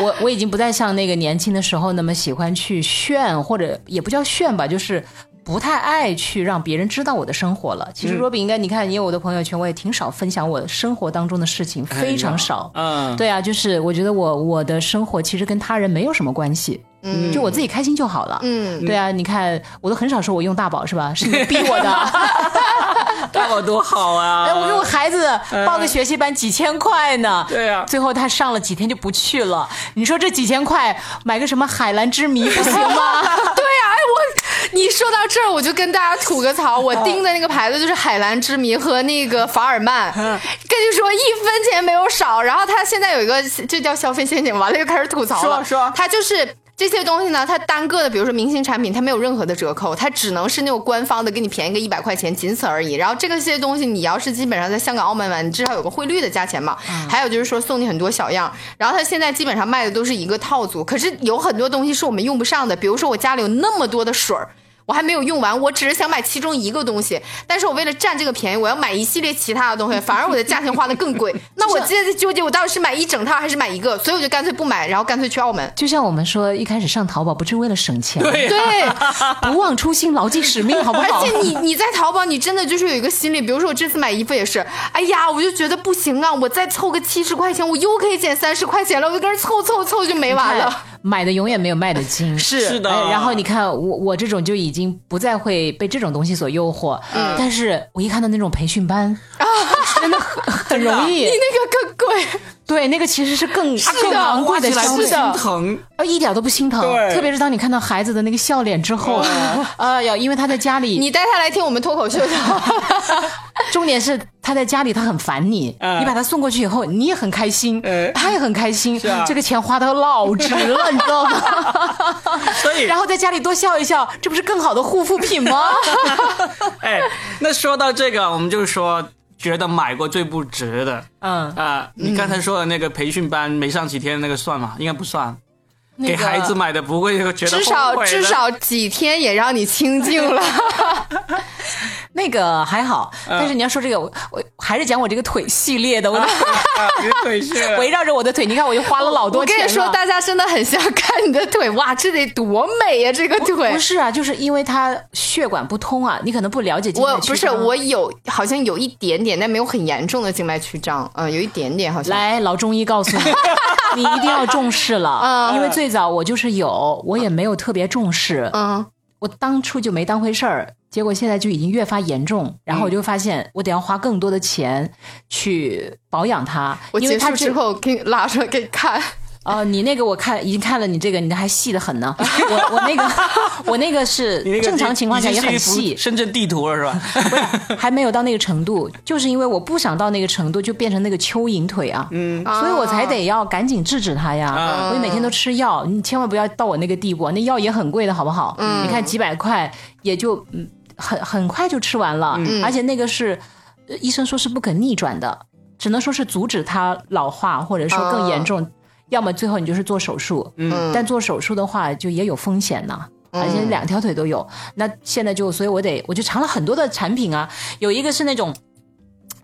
Speaker 2: 我我已经不再像那个年轻的时候那么喜欢去炫，或者也不叫炫吧，就是。不太爱去让别人知道我的生活了。其实若比应该，你看，因为我的朋友圈，我也挺少分享我生活当中的事情，非常少。
Speaker 1: 哎嗯，
Speaker 2: 啊对啊，就是我觉得我我的生活其实跟他人没有什么关系。嗯，就我自己开心就好了。
Speaker 3: 嗯，
Speaker 2: 对啊，你看我都很少说我用大宝是吧？是你逼我的。
Speaker 1: 大宝多好啊！
Speaker 2: 哎，我给我孩子报个学习班几千块呢。
Speaker 1: 对啊
Speaker 2: 最后他上了几天就不去了。你说这几千块买个什么海蓝之谜不行吗？
Speaker 3: 对呀、哎，我你说到这儿，我就跟大家吐个槽，我盯的那个牌子就是海蓝之谜和那个法尔曼，
Speaker 1: 嗯
Speaker 3: 跟你说一分钱没有少。然后他现在有一个，这叫消费陷阱，完了又开始吐槽了。
Speaker 1: 说说
Speaker 3: 他就是。这些东西呢，它单个的，比如说明星产品，它没有任何的折扣，它只能是那种官方的给你便宜个一百块钱，仅此而已。然后这个些东西，你要是基本上在香港、澳门玩，你至少有个汇率的价钱嘛。还有就是说送你很多小样，然后它现在基本上卖的都是一个套组，可是有很多东西是我们用不上的，比如说我家里有那么多的水儿。我还没有用完，我只是想买其中一个东西，但是我为了占这个便宜，我要买一系列其他的东西，反而我的价钱花的更贵。那我现在在纠结，我到底是买一整套还是买一个，所以我就干脆不买，然后干脆去澳门。
Speaker 2: 就像我们说一开始上淘宝不是为了省钱，
Speaker 1: 对啊
Speaker 3: 对，
Speaker 2: 不忘初心，牢记使命，好不好？
Speaker 3: 而且你你在淘宝，你真的就是有一个心理，比如说我这次买衣服也是，哎呀，我就觉得不行啊，我再凑个七十块钱，我又可以减三十块钱了，我就跟人凑凑凑就没完了。
Speaker 2: 买的永远没有卖的精。
Speaker 3: 是
Speaker 1: 是的
Speaker 2: 哎然后你看我我这种就已经不再会被这种东西所诱惑，
Speaker 1: 嗯
Speaker 2: 但是我一看到那种培训 班，真的很很容易
Speaker 1: 啊
Speaker 3: 啊你，那个更贵，
Speaker 2: 对那个其实是更更
Speaker 3: 的
Speaker 2: 昂贵的
Speaker 1: 花
Speaker 2: 消
Speaker 1: 起来不
Speaker 2: 费
Speaker 3: 是，
Speaker 1: 心
Speaker 3: 的
Speaker 1: 疼，
Speaker 2: 呃一点都不心疼。
Speaker 1: 对
Speaker 2: 特别是当你看到孩子的那个笑脸之后， 哎呀，因为他在家里，
Speaker 3: 你带他来听我们脱口秀的，
Speaker 2: 重点是他在家里他很烦你，
Speaker 1: 嗯
Speaker 2: 你把他送过去以后，你也很开心
Speaker 3: 嗯
Speaker 1: 哎，
Speaker 2: 他也很开心
Speaker 1: 啊，
Speaker 2: 这个钱花的老值了，你知道吗？
Speaker 1: 所以
Speaker 2: 然后在家里多笑一笑，这不是更好的护肤品 吗？
Speaker 1: 哎，那说到这个，我们就说觉得买过最不值的
Speaker 2: 嗯，
Speaker 1: 啊、你刚才说的那个培训班没上几天那个算吗？应该不算。
Speaker 2: 那
Speaker 1: 给
Speaker 2: 个
Speaker 1: 孩子买的不会觉得
Speaker 3: 至
Speaker 1: 后
Speaker 3: 少
Speaker 1: 悔的
Speaker 3: 至少几天也让你清静 了。
Speaker 2: 那个还好，
Speaker 3: 嗯
Speaker 2: 但是你要说这个，我我还是讲我这个腿系列的，我的
Speaker 1: 啊，别腿去了
Speaker 2: 围绕着我的腿，你看我就花了老
Speaker 3: 嗯我
Speaker 2: 多钱
Speaker 3: 跟
Speaker 2: 了。
Speaker 3: 你说，大家真的很想看你的腿，哇，这得多美呀、这个腿
Speaker 2: 不。是啊，就是因为它血管不通啊，你可能不了解静脉
Speaker 3: 我
Speaker 2: 曲
Speaker 3: 不是
Speaker 2: 张
Speaker 3: 我有好像有一点点，但没有很严重的静脉曲张，嗯，有一点点好像。
Speaker 2: 来，老中医告诉你， 你一定要重视
Speaker 3: 嗯
Speaker 2: 了，因为最早我就是有，我也没有特别重视，
Speaker 3: 嗯，
Speaker 2: 我当初就没当回事儿，结果现在就已经越发严重，然后
Speaker 3: 嗯
Speaker 2: 我就发现我得要花更多的钱去保养它，
Speaker 3: 我
Speaker 2: 因为
Speaker 3: 结
Speaker 2: 它
Speaker 3: 束
Speaker 2: 这
Speaker 3: 之后给你拉出来给你看。
Speaker 2: 哦，你那个我看已经看了，你这个你的还细的很呢。我我那个我那个是
Speaker 1: 你那个
Speaker 2: 正常情况下
Speaker 1: 已
Speaker 2: 也
Speaker 1: 经是
Speaker 2: 很
Speaker 1: 一幅
Speaker 2: 细，
Speaker 1: 深圳地图了是吧？
Speaker 2: 还没有到那个程度，就是因为我不想到那个程度，就变成那个蚯蚓腿啊。嗯，所以我才得要赶紧制止它呀。
Speaker 1: 啊
Speaker 2: 我就每天都吃药，你千万不要到我那个地步啊，那药也很贵的好不好？嗯，你看几百块也就嗯很很快就吃完了，而且那个是呃医生说是不可逆转的，只能说是阻止它老化，或者说更严重，要么最后你就是做手术。
Speaker 3: 嗯
Speaker 2: 但做手术的话就也有风险呐、而且两条腿都有。那现在就，所以我得我就尝了很多的产品啊，有一个是那种。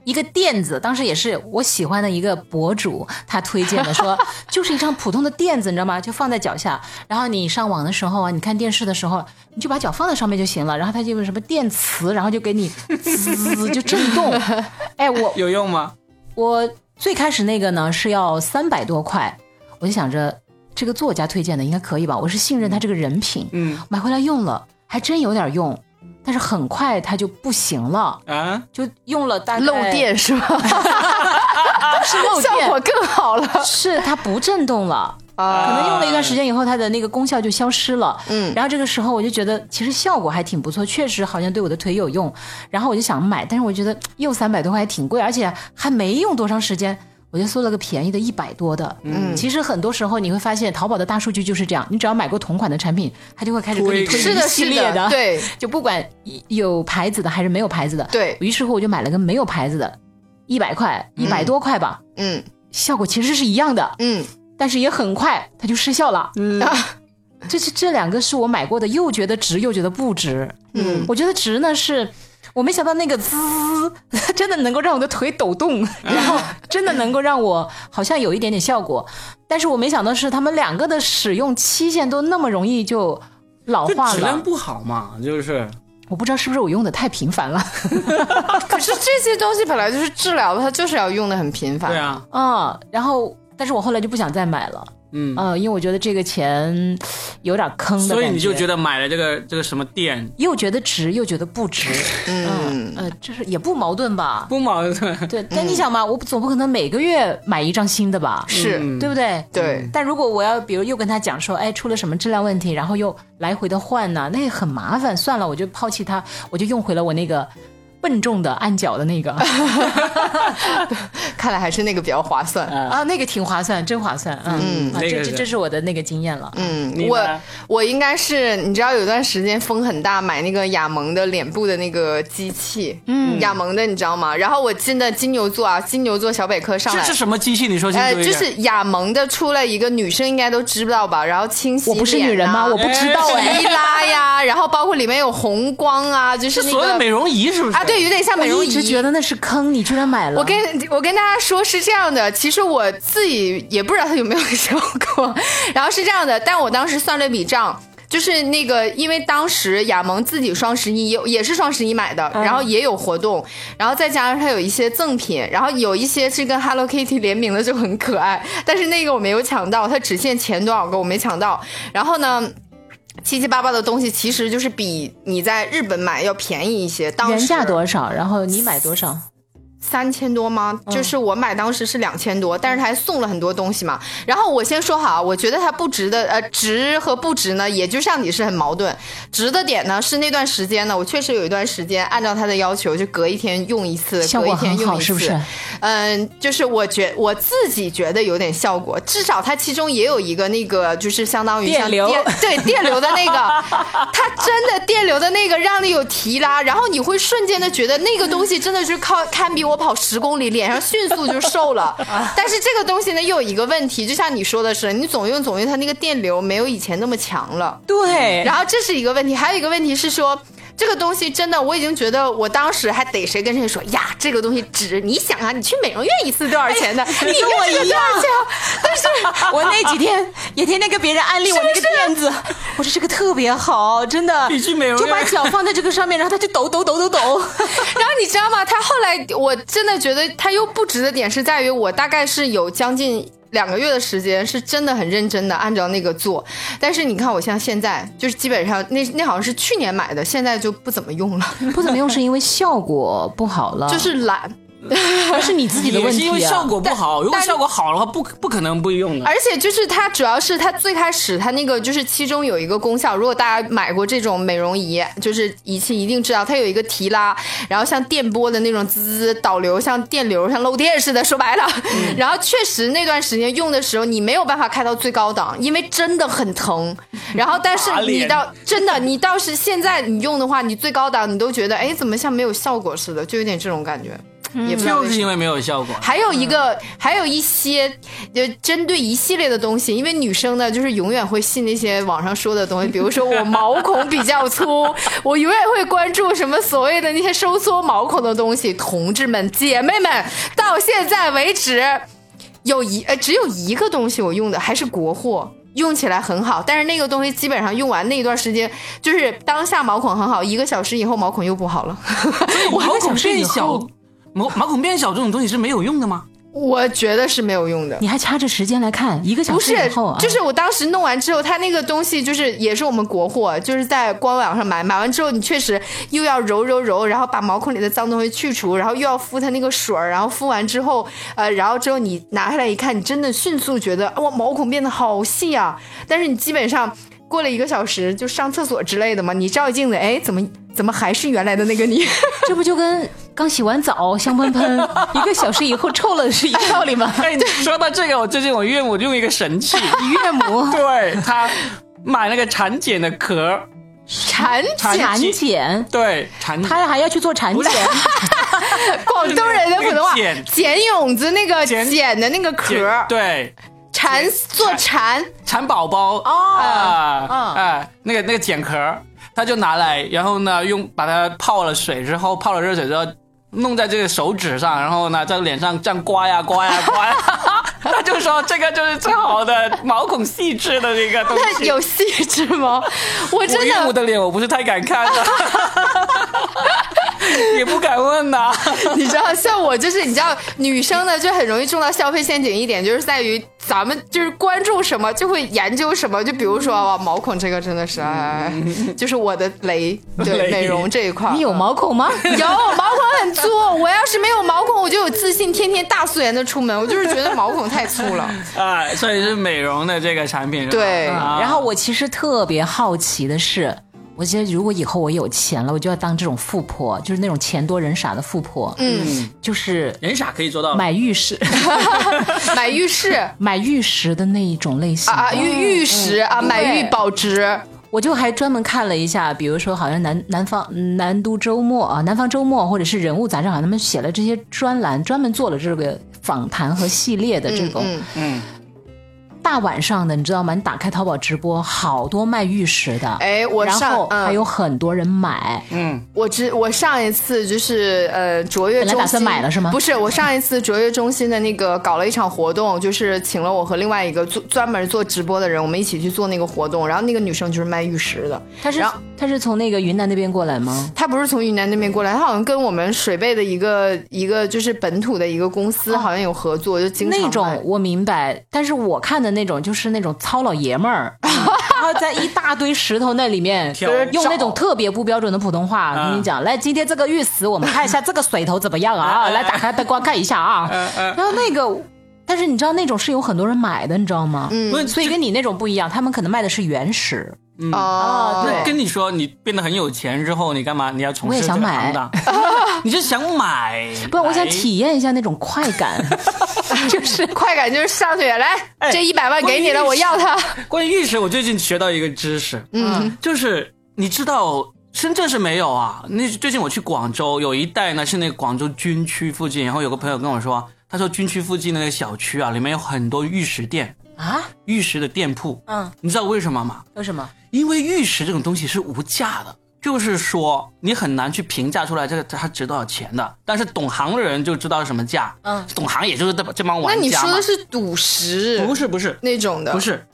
Speaker 2: 一个垫子，当时也是我喜欢的一个博主，他推荐的说，就是一张普通的垫子，你知道吗？就放在脚下，然后你上网的时候啊，你看电视的时候，你就把脚放在上面就行了。然后它就有什么电磁，然后就给你滋就震动。哎，我
Speaker 1: 有用吗？
Speaker 2: 我最开始那个呢是要三百多块，我就想着这个作家推荐的应该可以吧，我是信任他这个人品，
Speaker 1: 嗯
Speaker 2: 买回来用了，还真有点用，但是很快它就不行了，
Speaker 1: 啊，
Speaker 2: 就用了大概啊
Speaker 3: 漏，电是吧？
Speaker 2: 是漏
Speaker 3: 效果
Speaker 2: 电，
Speaker 3: 更好了
Speaker 2: 是它不震动了。
Speaker 3: 啊！
Speaker 2: 可能用了一段时间以后，它的那个功效就消失了。
Speaker 3: 嗯
Speaker 2: 然后这个时候我就觉得其实效果还挺不错，确实好像对我的腿有用。然后我就想买，但是我觉得又三百多块还挺贵，而且还没用多长时间。我就搜了个便宜的，一百多的。嗯，其实很多时候你会发现，淘宝的大数据就是这样，你只要买过同款的产品，它就会开始给你
Speaker 1: 推荐
Speaker 2: 推一
Speaker 3: 是的，
Speaker 2: 系
Speaker 3: 是
Speaker 2: 列
Speaker 3: 的，对，
Speaker 2: 就不管有牌子的还是没有牌子的。
Speaker 3: 对
Speaker 2: 于是乎，我就买了个没有牌子的，一百块，一百多块吧，
Speaker 3: 嗯
Speaker 2: 效果其实是一样的，
Speaker 3: 嗯
Speaker 2: 但是也很快它就失效了。
Speaker 1: 嗯，
Speaker 2: 这是这两个是我买过的，又觉得值，又觉得不值。
Speaker 3: 嗯，
Speaker 2: 我觉得值呢是。我没想到那个滋， 真的能够让我的腿抖动，然后真的能够让我好像有一点点效果，但是我没想到是他们两个的使用期限都那么容易就老
Speaker 1: 就
Speaker 2: 化
Speaker 1: 质量
Speaker 2: 了。
Speaker 1: 不好嘛，就是
Speaker 2: 我不知道是不是我用的太频繁了
Speaker 3: 可是这些东西本来就是治疗的，它就是要用的很频繁。
Speaker 2: 哦
Speaker 1: 对啊，
Speaker 2: 啊、然后但是我后来就不想再买了，嗯、呃，因为我觉得这个钱有点坑的，
Speaker 1: 所以你就觉得
Speaker 2: 得
Speaker 1: 买了这个这个什么店
Speaker 2: 又觉得值又觉得不值，嗯呃，这是也不矛盾吧？
Speaker 1: 不矛盾，
Speaker 2: 对，但你想嘛，我总不可能每个月买一张新的吧？
Speaker 3: 是、
Speaker 1: 嗯
Speaker 2: 对不对？
Speaker 3: 对
Speaker 2: 但如果我要比如又跟他讲说，哎，出了什么质量问题，然后又来回的换呢，那也很麻烦。算了，我就抛弃它，我就用回了我那个笨重的按脚的 那个
Speaker 3: 看来还是那个比较划算。
Speaker 1: 嗯
Speaker 2: 啊，那个挺划算，真划算。嗯，啊、
Speaker 1: 那
Speaker 2: 这
Speaker 1: 个
Speaker 2: 这
Speaker 1: 是
Speaker 2: 这是我的那个经验了。
Speaker 1: 你
Speaker 3: 嗯，
Speaker 1: 呢
Speaker 3: 我我应该是你知道有段时间风很大，买那个雅萌的脸部的那个机器，嗯，雅萌的你知道吗？然后我进的金牛座啊，金牛座小百科上
Speaker 1: 这
Speaker 3: 来
Speaker 1: 是。什么机器？你说清
Speaker 3: 呃，
Speaker 1: 楚一
Speaker 3: 就
Speaker 1: 点。
Speaker 3: 是雅萌的出了一个女生应该都知道吧，然后清洗
Speaker 2: 我不是女人吗？我不知道哎。
Speaker 3: 一拉呀，然后包括里面有红光啊，就是
Speaker 1: 是
Speaker 3: 那
Speaker 1: 所谓
Speaker 3: 个
Speaker 1: 的美容仪是不是？
Speaker 3: 啊，对，有点像美容
Speaker 2: 我
Speaker 3: 仪
Speaker 2: 一。直觉得那是坑，你居然买了。
Speaker 3: 我跟我跟大家说是这样的，其实我自己也不知道它有 没有效果。然后是这样的，但我当时算了一笔账，就是那个因为当时亚萌自己双十一也也是双十一买的，
Speaker 2: 嗯
Speaker 3: 然后也有活动，然后再加上它有一些赠品，然后有一些是跟 Hello Kitty 联名的就很可爱，但是那个我没有抢到，它只限前多少个我没抢到。然后呢？七七八八的东西其实就是比你在日本买要便宜一些，当时
Speaker 2: 原价多少，然后你买多少？
Speaker 3: 三千多吗？
Speaker 2: 嗯
Speaker 3: 就是我买当时是两千多，但是他还送了很多东西嘛。然后我先说好啊，我觉得它不值的，呃，值和不值呢，也就像你是很矛盾。值的点呢是那段时间呢，我确实有一段时间按照他的要求，就隔一天用一次，
Speaker 2: 效
Speaker 3: 隔一
Speaker 2: 果
Speaker 3: 天
Speaker 2: 很
Speaker 3: 用一
Speaker 2: 好，
Speaker 3: 次，
Speaker 2: 是不是？
Speaker 3: 嗯，就是我觉我自己觉得有点效果，至少它其中也有一个那个，就是相当于像
Speaker 2: 电流
Speaker 3: 对电流的那个，它真的电流的那个让你有提拉，然后你会瞬间的觉得那个东西真的是靠堪比我跑十公里，脸上迅速就 瘦了。但是这个东西呢，又有一个问题，就像你说的是，你总用总用，它那个电流没有以前那么强了。
Speaker 2: 对，
Speaker 3: 然后这是一个问题，还有一个问题是说。这个东西真的，我已经觉得，我当时还逮谁跟谁说呀，这个东西值。你想啊，你去美容院一次多少钱呢？ 你
Speaker 2: 跟我一样
Speaker 3: 样，但是
Speaker 2: 我那几天也天天跟别人安利我那个垫子，我说这个特别好，真的。
Speaker 1: 必须美容
Speaker 2: 就把
Speaker 1: 院
Speaker 2: 脚放在这个上面，然后它就抖抖抖抖抖。
Speaker 3: 然后你知道吗？他后来我真的觉得他又不值的点是在于，我大概是有将近。两个月的时间是真的很认真的按照那个做，但是你看我像现在就是基本上那那好像是去年买的，现在就不怎么用了，
Speaker 2: 不怎么用是因为效果不好了，
Speaker 3: 就是懒，
Speaker 2: 不是你自己的
Speaker 1: 也
Speaker 2: 问
Speaker 1: 是
Speaker 2: 题、啊。
Speaker 1: 因为效果不好。如果
Speaker 3: 但
Speaker 1: 效果好的话，不不可能不用的。
Speaker 3: 而且就是它主要是它最开始它那个就是其中有一个功效，如果大家买过这种美容仪，就是仪器一定知道它有一个提拉，然后像电波的那种滋滋导流，像电流像漏电似的，说白了。然后确实那段时间用的时候，你没有办法开到最高档，因为真的很疼。然后但是
Speaker 1: 打脸
Speaker 3: 你到真的你倒是现在你用的话，你最高档你都觉得哎怎么像没有效果似的，就有点这种感觉。也不知道
Speaker 1: 就
Speaker 3: 为什么
Speaker 1: 是因为没有效果，
Speaker 3: 还有一个，还有一些，就针对一系列的东西，因为女生呢，就是永远会信那些网上说的东西，比如说我毛孔比较粗，我永远会关注什么所谓的那些收缩毛孔的东西。同志们、姐妹们，到现在为止，有一呃只有一个东西我用的还是国货。用起来很好，但是那个东西基本上用完那一段时间，就是当下毛孔很好，一个小时以后毛孔又不好了。
Speaker 1: 毛孔
Speaker 2: 想睡
Speaker 1: 变
Speaker 2: 以
Speaker 1: 小
Speaker 2: 后，
Speaker 1: 毛毛孔变小这种东西是没有用的吗？
Speaker 3: 我觉得是没有用的。
Speaker 2: 你还掐着时间来看，一个小
Speaker 3: 不
Speaker 2: 时
Speaker 3: 是
Speaker 2: 以后、啊，，
Speaker 3: 就是我当时弄完之后，它那个东西就是也是我们国货，就是在官网上买，买完之后你确实又要揉揉揉，然后把毛孔里的脏东西去除，然后又要敷它那个水儿，然后敷完之后，呃，然后之后你拿下来一看，你真的迅速觉得哇，毛孔变得好细啊！但是你基本上过了一个小时，就上厕所之类的嘛，你照镜子，哎，怎么怎么还是原来的那 个你？
Speaker 2: 这不就跟刚洗完澡香喷 喷，一个小时以后臭了是一个道理吗？
Speaker 1: 哎，你说到这个，我最近我岳母用一个神 器，
Speaker 2: 岳母
Speaker 1: 对她买那个产检的壳，
Speaker 3: 产
Speaker 1: 产
Speaker 2: 产
Speaker 1: 检
Speaker 2: 检，
Speaker 1: 对产检
Speaker 2: 他还要去做产检，
Speaker 3: 广东人的普通话
Speaker 1: 那个茧，
Speaker 3: 茧蛹子那个
Speaker 1: 茧
Speaker 3: 茧的那个壳，
Speaker 1: 对
Speaker 3: 蝉做蝉。
Speaker 1: 产宝宝
Speaker 3: 哦
Speaker 1: 啊
Speaker 3: 嗯
Speaker 1: 哎，那个那个茧壳，她就拿来，然后呢用把它泡了水之后，泡了热水之后。弄在这个手指上，然后呢，在脸上这样刮呀刮呀刮呀， 他就说这个就是最好的毛孔细致的那个东
Speaker 3: 那
Speaker 1: 西。
Speaker 3: 有细致吗？我
Speaker 1: 我
Speaker 3: 真
Speaker 1: 岳母
Speaker 3: 的，
Speaker 1: 的脸我不是太敢看的， 也不敢问 呐。
Speaker 3: 你知道，像我就是，你知道，女生呢就很容易中到消费陷阱一点，就是在于咱们就是关注什么就会研究什么。就比如说
Speaker 2: 嗯
Speaker 3: 哇，毛孔这个真的是，哎，就是我的雷，对
Speaker 1: 雷
Speaker 3: 美容这一块， 嗯
Speaker 2: 你有毛孔 吗？
Speaker 3: 有毛孔很粗，我要是没有毛孔，我就有自信，天天大素颜的出门。我就是觉得毛孔太粗了。
Speaker 1: 啊，所以是美容的这个产品是吧？
Speaker 3: 对
Speaker 1: 啊
Speaker 2: 然后我其实特别好奇的是，我觉得如果以后我有钱了，我就要当这种富婆，就是那种钱多人傻的富婆，
Speaker 3: 嗯，哦
Speaker 2: 就是
Speaker 1: 人傻可以做到，
Speaker 2: 买玉石、
Speaker 3: 买玉饰啊
Speaker 2: 买玉石的那一种类型的。
Speaker 3: 啊，玉玉石啊，
Speaker 2: 嗯
Speaker 3: 买玉保值。
Speaker 2: 我就还专门看了一下，比如说好像南南方南都周末啊，南方周末或者是人物杂志，好像他们写了这些专栏，专门做了这个访谈和系列的这种。
Speaker 3: 嗯
Speaker 1: 嗯，
Speaker 2: 大晚上的，你知道吗？你打开淘宝直播，好多卖玉石的，
Speaker 3: 哎我
Speaker 2: 然
Speaker 3: 上
Speaker 2: 后
Speaker 3: 嗯
Speaker 2: 还有很多人买，
Speaker 3: 我之我上一次就是呃卓越中心
Speaker 2: 本来打算买了是吗
Speaker 3: 不是，我上一次卓越中心的那个搞了一场活动，就是请了我和另外一个做专门做直播的人，我们一起去做那个活动。然后那个女生就是卖玉石的，
Speaker 2: 他是
Speaker 3: 然后
Speaker 2: 他是从那个云南那边过来吗？
Speaker 3: 她不是从云南那边过来，她好像跟我们水贝的一个一个就是本土的一个公司好像有合作，就经常
Speaker 2: 哦那
Speaker 3: 卖
Speaker 2: 种我明白，但是我看的那种就是那种糙老爷们 儿，然后在一大堆石头那里面
Speaker 1: 挑人，
Speaker 2: 用
Speaker 1: 找
Speaker 2: 那种特别不标准的普通话
Speaker 1: 啊
Speaker 2: 跟你讲，来，今天这个玉石我们看一下这个水头怎么样 啊？来，打开灯光看一下 啊。
Speaker 1: 嗯
Speaker 2: 然后那个，但是你知道那种是有很多人买的，你知道吗？
Speaker 1: 不是
Speaker 2: 所以跟你那种不一样，他们可能卖的是原石。
Speaker 3: 哦，
Speaker 2: 啊
Speaker 1: 那
Speaker 3: 对
Speaker 1: 跟你说，你变得很有钱之后，你干嘛？你要从
Speaker 2: 我也
Speaker 1: 事这
Speaker 2: 想
Speaker 1: 个行
Speaker 2: 买
Speaker 1: 当，你就想买？
Speaker 2: 不，啊我想
Speaker 1: 来
Speaker 2: 体验一下那种快感，就是
Speaker 3: 快感就是上去来，
Speaker 1: 哎
Speaker 3: 这一百万给你了，我
Speaker 1: 关于
Speaker 3: 要它。
Speaker 1: 关于玉石，我最近学到一个知识，
Speaker 3: 嗯
Speaker 1: 就是你知道深圳是没有啊？那最近我去广州，有一带呢是那个广州军区附近，然后有个朋友跟我说，他说军区附近的那个小区啊，里面有很多玉石店、
Speaker 2: 啊，
Speaker 1: 玉石的店铺。
Speaker 2: 嗯，
Speaker 1: 你知道为什么吗？
Speaker 2: 为什么？
Speaker 1: 因为玉石这种东西是无价的，就是说你很难去评价出来这个它值多少钱的。但是懂行的人就知道是什么价，
Speaker 2: 嗯，
Speaker 1: 懂行也就是这这帮嗯
Speaker 3: 那
Speaker 1: 玩
Speaker 3: 你
Speaker 1: 家
Speaker 3: 说
Speaker 1: 嘛
Speaker 3: 的。是赌石，
Speaker 1: 不是不是，
Speaker 3: 那种的，
Speaker 1: 不是，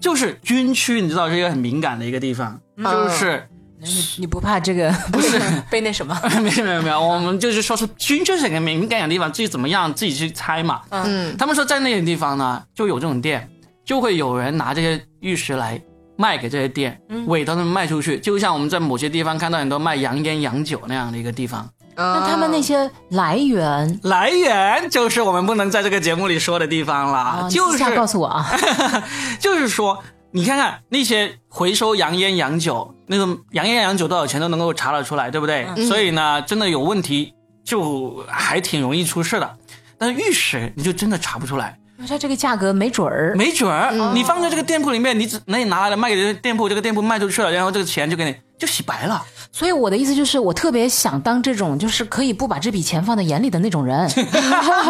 Speaker 1: 就是军区，你知道是一个很敏感的一个地方，
Speaker 3: 嗯
Speaker 1: 就是
Speaker 2: 你你不怕这个
Speaker 1: 不是。
Speaker 2: 被那什么？
Speaker 1: 没有没有没有，我们就是说是军就是很敏感的地方，自己怎么样自己去猜嘛。
Speaker 3: 嗯
Speaker 1: 他们说在那些地方呢，就有这种店，就会有人拿这些玉石来卖给这些店，
Speaker 2: 嗯
Speaker 1: 伪装的卖出去。就像我们在某些地方看到很多卖洋烟洋酒那样的一个地方，
Speaker 3: 嗯
Speaker 2: 那他们那些来源
Speaker 1: 来源就是我们不能在这个节目里说的地方啦，
Speaker 2: 啊，你
Speaker 1: 就
Speaker 2: 私
Speaker 1: 是
Speaker 2: 下告诉我啊，
Speaker 1: 就是说，你看看那些回收洋烟洋酒，那个洋烟洋酒多少钱都能够查得出来，对不对？
Speaker 2: 嗯
Speaker 1: 所以呢，真的有问题就还挺容易出事的。但是玉石你就真的查不出来，
Speaker 2: 它这个价格没准儿。
Speaker 1: 没准儿、
Speaker 2: 嗯
Speaker 1: 你放在这个店铺里面，你只那你拿来了卖给这个店铺，这个店铺卖出去了，然后这个钱就给你就洗白 了。
Speaker 2: 所以我的意思就是，我特别想当这种就是可以不把这笔钱放在眼里的那种人。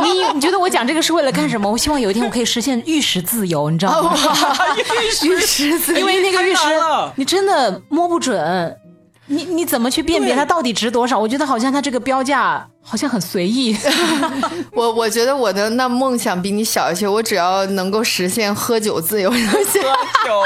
Speaker 2: 你你觉得我讲这个是为了干什么？我希望有一天我可以实现玉石自由，你知道吗？
Speaker 3: 玉石子，
Speaker 2: 因为那 个玉石
Speaker 1: 太难了，
Speaker 2: 你真的摸不准，你你怎么去辨别
Speaker 1: 对
Speaker 2: 它到底值多少？我觉得好像它这个标价好像很随意。
Speaker 3: 我我觉得我的那梦想比你小一些，我只要能够实现喝酒自由就行。
Speaker 1: 有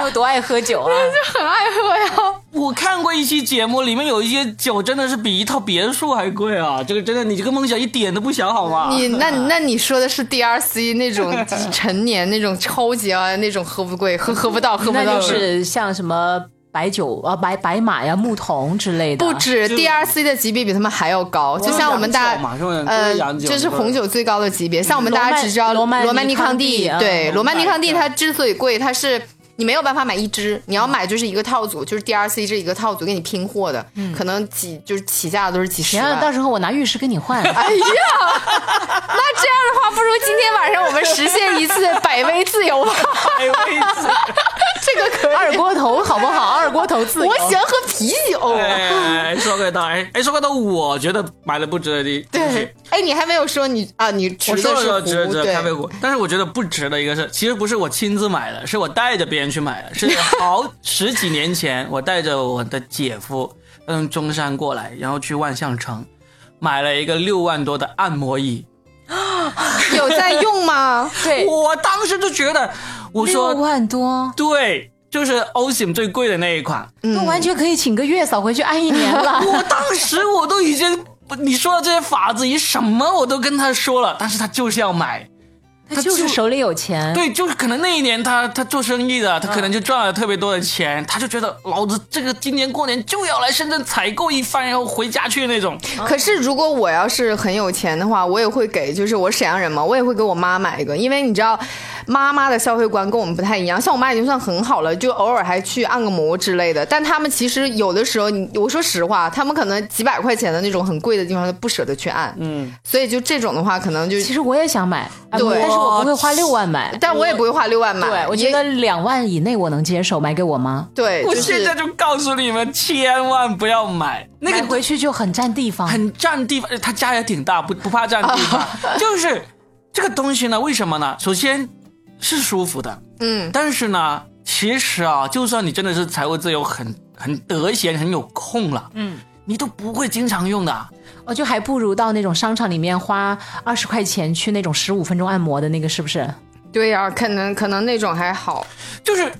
Speaker 2: 我有多爱喝酒啊！
Speaker 3: 很爱喝呀，
Speaker 1: 我看过一期节目，里面有一些酒真的是比一套别墅还贵啊！这个真的，你这个梦想一点都不小好吗？
Speaker 3: 你那那你说的是 DRC 那种陈年那种超级啊那种喝不贵，喝喝不到，喝不
Speaker 2: 那
Speaker 3: 到。
Speaker 2: 就是像什么白酒啊、白白马呀、牧童之类的。
Speaker 3: 不止
Speaker 1: 就
Speaker 3: DRC 的级别比他们还要高，就像我们大
Speaker 1: 洋酒嘛是不是都
Speaker 3: 呃
Speaker 1: 是洋，酒
Speaker 3: 这是
Speaker 1: 对吧
Speaker 3: 红酒最高的级别。像我们
Speaker 2: 罗
Speaker 3: 大家
Speaker 2: 曼
Speaker 3: 只知道
Speaker 2: 罗曼
Speaker 3: 罗曼
Speaker 2: 尼
Speaker 3: 尼康
Speaker 2: 康
Speaker 3: 帝
Speaker 2: 帝，啊
Speaker 3: 对，罗曼尼康帝
Speaker 1: 对
Speaker 3: 它之所以贵，它是。你没有办法买一支，你要买就是一个套组，就是 DRC 这一个套组给你拼货的，可能几就是起价都是几十
Speaker 2: 行啊，
Speaker 3: 万。
Speaker 2: 到时候我拿玉石跟你换。
Speaker 3: 哎呀，那这样的话，不如今天晚上我们实现一次百威自由吧，
Speaker 1: 哎位置。
Speaker 3: 这个可以。
Speaker 2: 二锅头好不好？二锅头自由。
Speaker 3: 我喜欢喝啤酒。
Speaker 1: 哎，说回到哎哎，说回到我觉得买了不值得的东西
Speaker 3: 对，，哎，你还没有说你啊，你
Speaker 1: 我
Speaker 3: 吃
Speaker 1: 说了
Speaker 3: 的是
Speaker 1: 说
Speaker 3: 壶，
Speaker 1: 值值
Speaker 3: 对
Speaker 1: 咖 啡果，但是我觉得不值的一个是，其实不是我亲自买的，是我带着别人去买的，是好十几年前我带着我的姐夫从中山过来，然后去万象城买了一个六万多的按摩椅，
Speaker 3: 有在用吗？
Speaker 2: 对，
Speaker 1: 我当时就觉得，我
Speaker 2: 六
Speaker 1: 说
Speaker 2: 万多，
Speaker 1: 对。就是 Osim 最贵的那一款，
Speaker 2: 那完全可以请个月嫂回去按一年了。
Speaker 1: 我当时我都已经，你说的这些法子，以什么我都跟他说了，但是他就是要买。
Speaker 2: 他就是手里有钱，
Speaker 1: 对，就是可能那一年他他做生意的，他可能就赚了特别多的钱，他就觉得老子这个今年过年就要来深圳采购一番，然后回家去那种。
Speaker 3: 可是如果我要是很有钱的话，我也会给，就是我沈阳人嘛，我也会给我妈买一个，因为你知道，妈妈的消费观跟我们不太一样。像我妈已经算很好了，就偶尔还去按个摩之类的。但他们其实有的时候，你我说实话，他们可能几百块钱的那种很贵的地方，他不舍得去按。嗯，所以就这种的话，可能就，
Speaker 2: 其实我也想买，啊
Speaker 3: 对
Speaker 2: 但是我不会花六万买。
Speaker 3: 但我也不会花六万买。
Speaker 2: 对，我
Speaker 3: 也
Speaker 2: 觉得两万以内我能接受，买给我妈，
Speaker 3: 对，
Speaker 1: 我
Speaker 3: 就
Speaker 1: 现
Speaker 3: 是
Speaker 1: 在就告诉你们，千万不要买那
Speaker 2: 买
Speaker 1: 个
Speaker 2: 回去就很占地方。
Speaker 1: 很占地方，呃他家也挺大，不不怕占地方。 就是这个东西呢，为什么呢？首先是舒服的，
Speaker 3: 嗯，
Speaker 1: 但是呢，其实啊，就算你真的是财务自由，很很得闲，很有空了，嗯，你都不会经常用的。
Speaker 2: 我哦就还不如到那种商场里面花二十块钱去那种十五分钟按摩的那个，是不是？
Speaker 3: 对呀、可能可能那种还好。
Speaker 1: 就是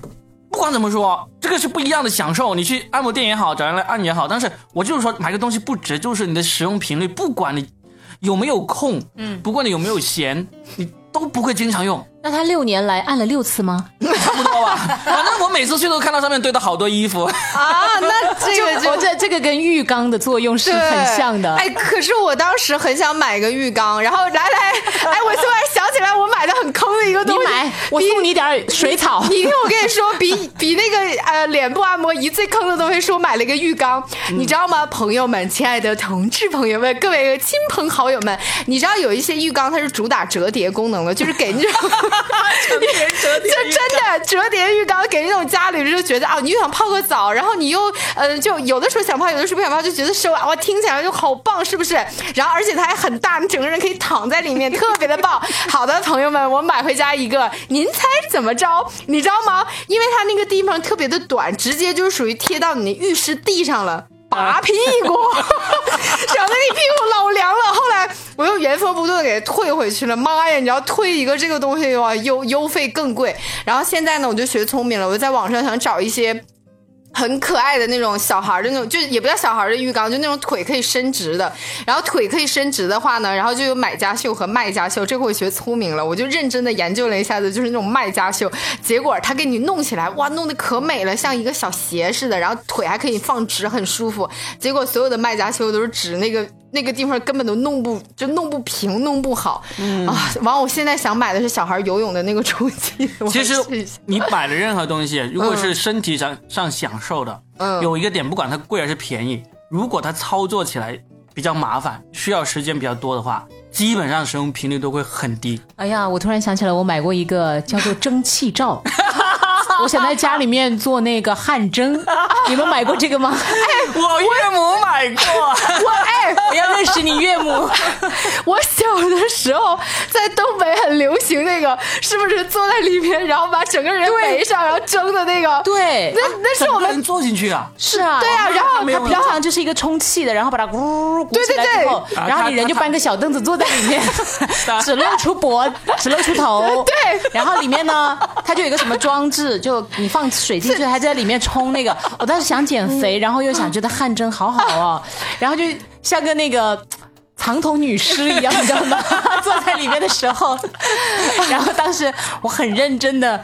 Speaker 1: 不管怎么说，这个是不一样的享受。你去按摩店也好，找人来按也好，但是我就是说，买个东西不值，就是你的使用频率，不管你有没有空，嗯，不管你有没有闲，你都不会经常用。
Speaker 2: 那他六年来按了六次吗？
Speaker 1: 差不多吧。反正我每次去都看到上面堆的好多衣 服，
Speaker 3: 啊，那这个就
Speaker 2: 我哦这这个跟浴缸的作用是
Speaker 3: 对
Speaker 2: 很像的。
Speaker 3: 哎，可是我当时很想买个浴缸，然后来来，哎，我突然想起来，我买的很坑的一个
Speaker 2: 你
Speaker 3: 东西。
Speaker 2: 买，我送你点儿水草。
Speaker 3: 你听我跟你说，比比那个呃脸部按摩仪最坑的东西是我买了一个浴缸，
Speaker 2: 嗯
Speaker 3: 你知道吗？朋友们，亲爱的同志朋友们，各位亲朋好友们，你知道有一些浴缸它是主打折叠功能的，就是给那种
Speaker 1: 折叠
Speaker 3: 就真的折叠浴缸给那种家里人就觉得啊，你又想泡个澡，然后你又呃，就有的时候想泡，有的时候不想泡，就觉得手啊，哇，听起来就好棒，是不是？然后而且它还很大，你整个人可以躺在里面，特别的棒。好的，朋友们，我买回家一个，您猜怎么着？你知道吗？因为它那个地方特别的短，直接就是属于贴到你的浴室地上了。拔屁股， 省得你屁股老凉了。后来我又原封不动的给退回去了。妈呀，你知道退一个这个东西哇，邮邮费更贵。然后现在呢，我就学聪明了，我就在网上想找一些。很可爱的那种小孩儿的那种，就也不叫小孩儿的浴缸，就那种腿可以伸直的。然后腿可以伸直的话呢，然后就有买家秀和卖家秀。这回我学聪明了，我就认真的研究了一下子，就是那种卖家秀。结果他给你弄起来，哇，弄得可美了，像一个小鞋似的，然后腿还可以放直，很舒服。结果所有的卖家秀都是指那个 那个地方根本都弄不就弄不平，弄不好、
Speaker 1: 嗯
Speaker 3: 啊。完，我现在想买的是小孩游泳的那个冲 击。我
Speaker 1: 其实
Speaker 3: 试一下
Speaker 1: 你买的任何东 西，如果是身体上上享受的，
Speaker 3: 嗯
Speaker 1: 有一个点，不管它贵还是便宜，如果它操作起来比较麻烦，需要时间比较多的话，基本上使用频率都会很 低。
Speaker 2: 哎呀，我突然想起来，我买过一个 叫做蒸汽罩。 我想在家里面做那个汗 蒸，你们买过这个 吗？
Speaker 1: 我岳母买过，
Speaker 3: 我哎，
Speaker 2: 哎我要认识你岳母。
Speaker 3: 我小的时候在东北很流行那个，是不是坐在里面，然后把整个人围上，然后蒸的那 个？
Speaker 2: 对
Speaker 3: 那，那是我
Speaker 1: 整个人
Speaker 3: 们
Speaker 1: 坐进去啊，
Speaker 2: 是啊，
Speaker 3: 对啊然后
Speaker 2: 它平
Speaker 3: 然后
Speaker 2: 常就是一个充气的，然后把它咕咕咕鼓起来
Speaker 3: 对对
Speaker 2: 之
Speaker 3: 对
Speaker 2: 后，
Speaker 1: 啊
Speaker 2: 然后
Speaker 1: 它
Speaker 2: 你人就
Speaker 1: 它
Speaker 2: 搬个小凳子坐在里 面
Speaker 1: 它，
Speaker 2: 只露出脖，只露出头。
Speaker 3: 对
Speaker 2: 然后里面呢，它就有一个什么装置，就你放水进去，它就在里面冲那个。我当时想减肥，然后又想觉得汗蒸好好哦，然后就像个那个。藏头女尸一样，你知道吗？ 坐在里面的时候，然后当时我很认真的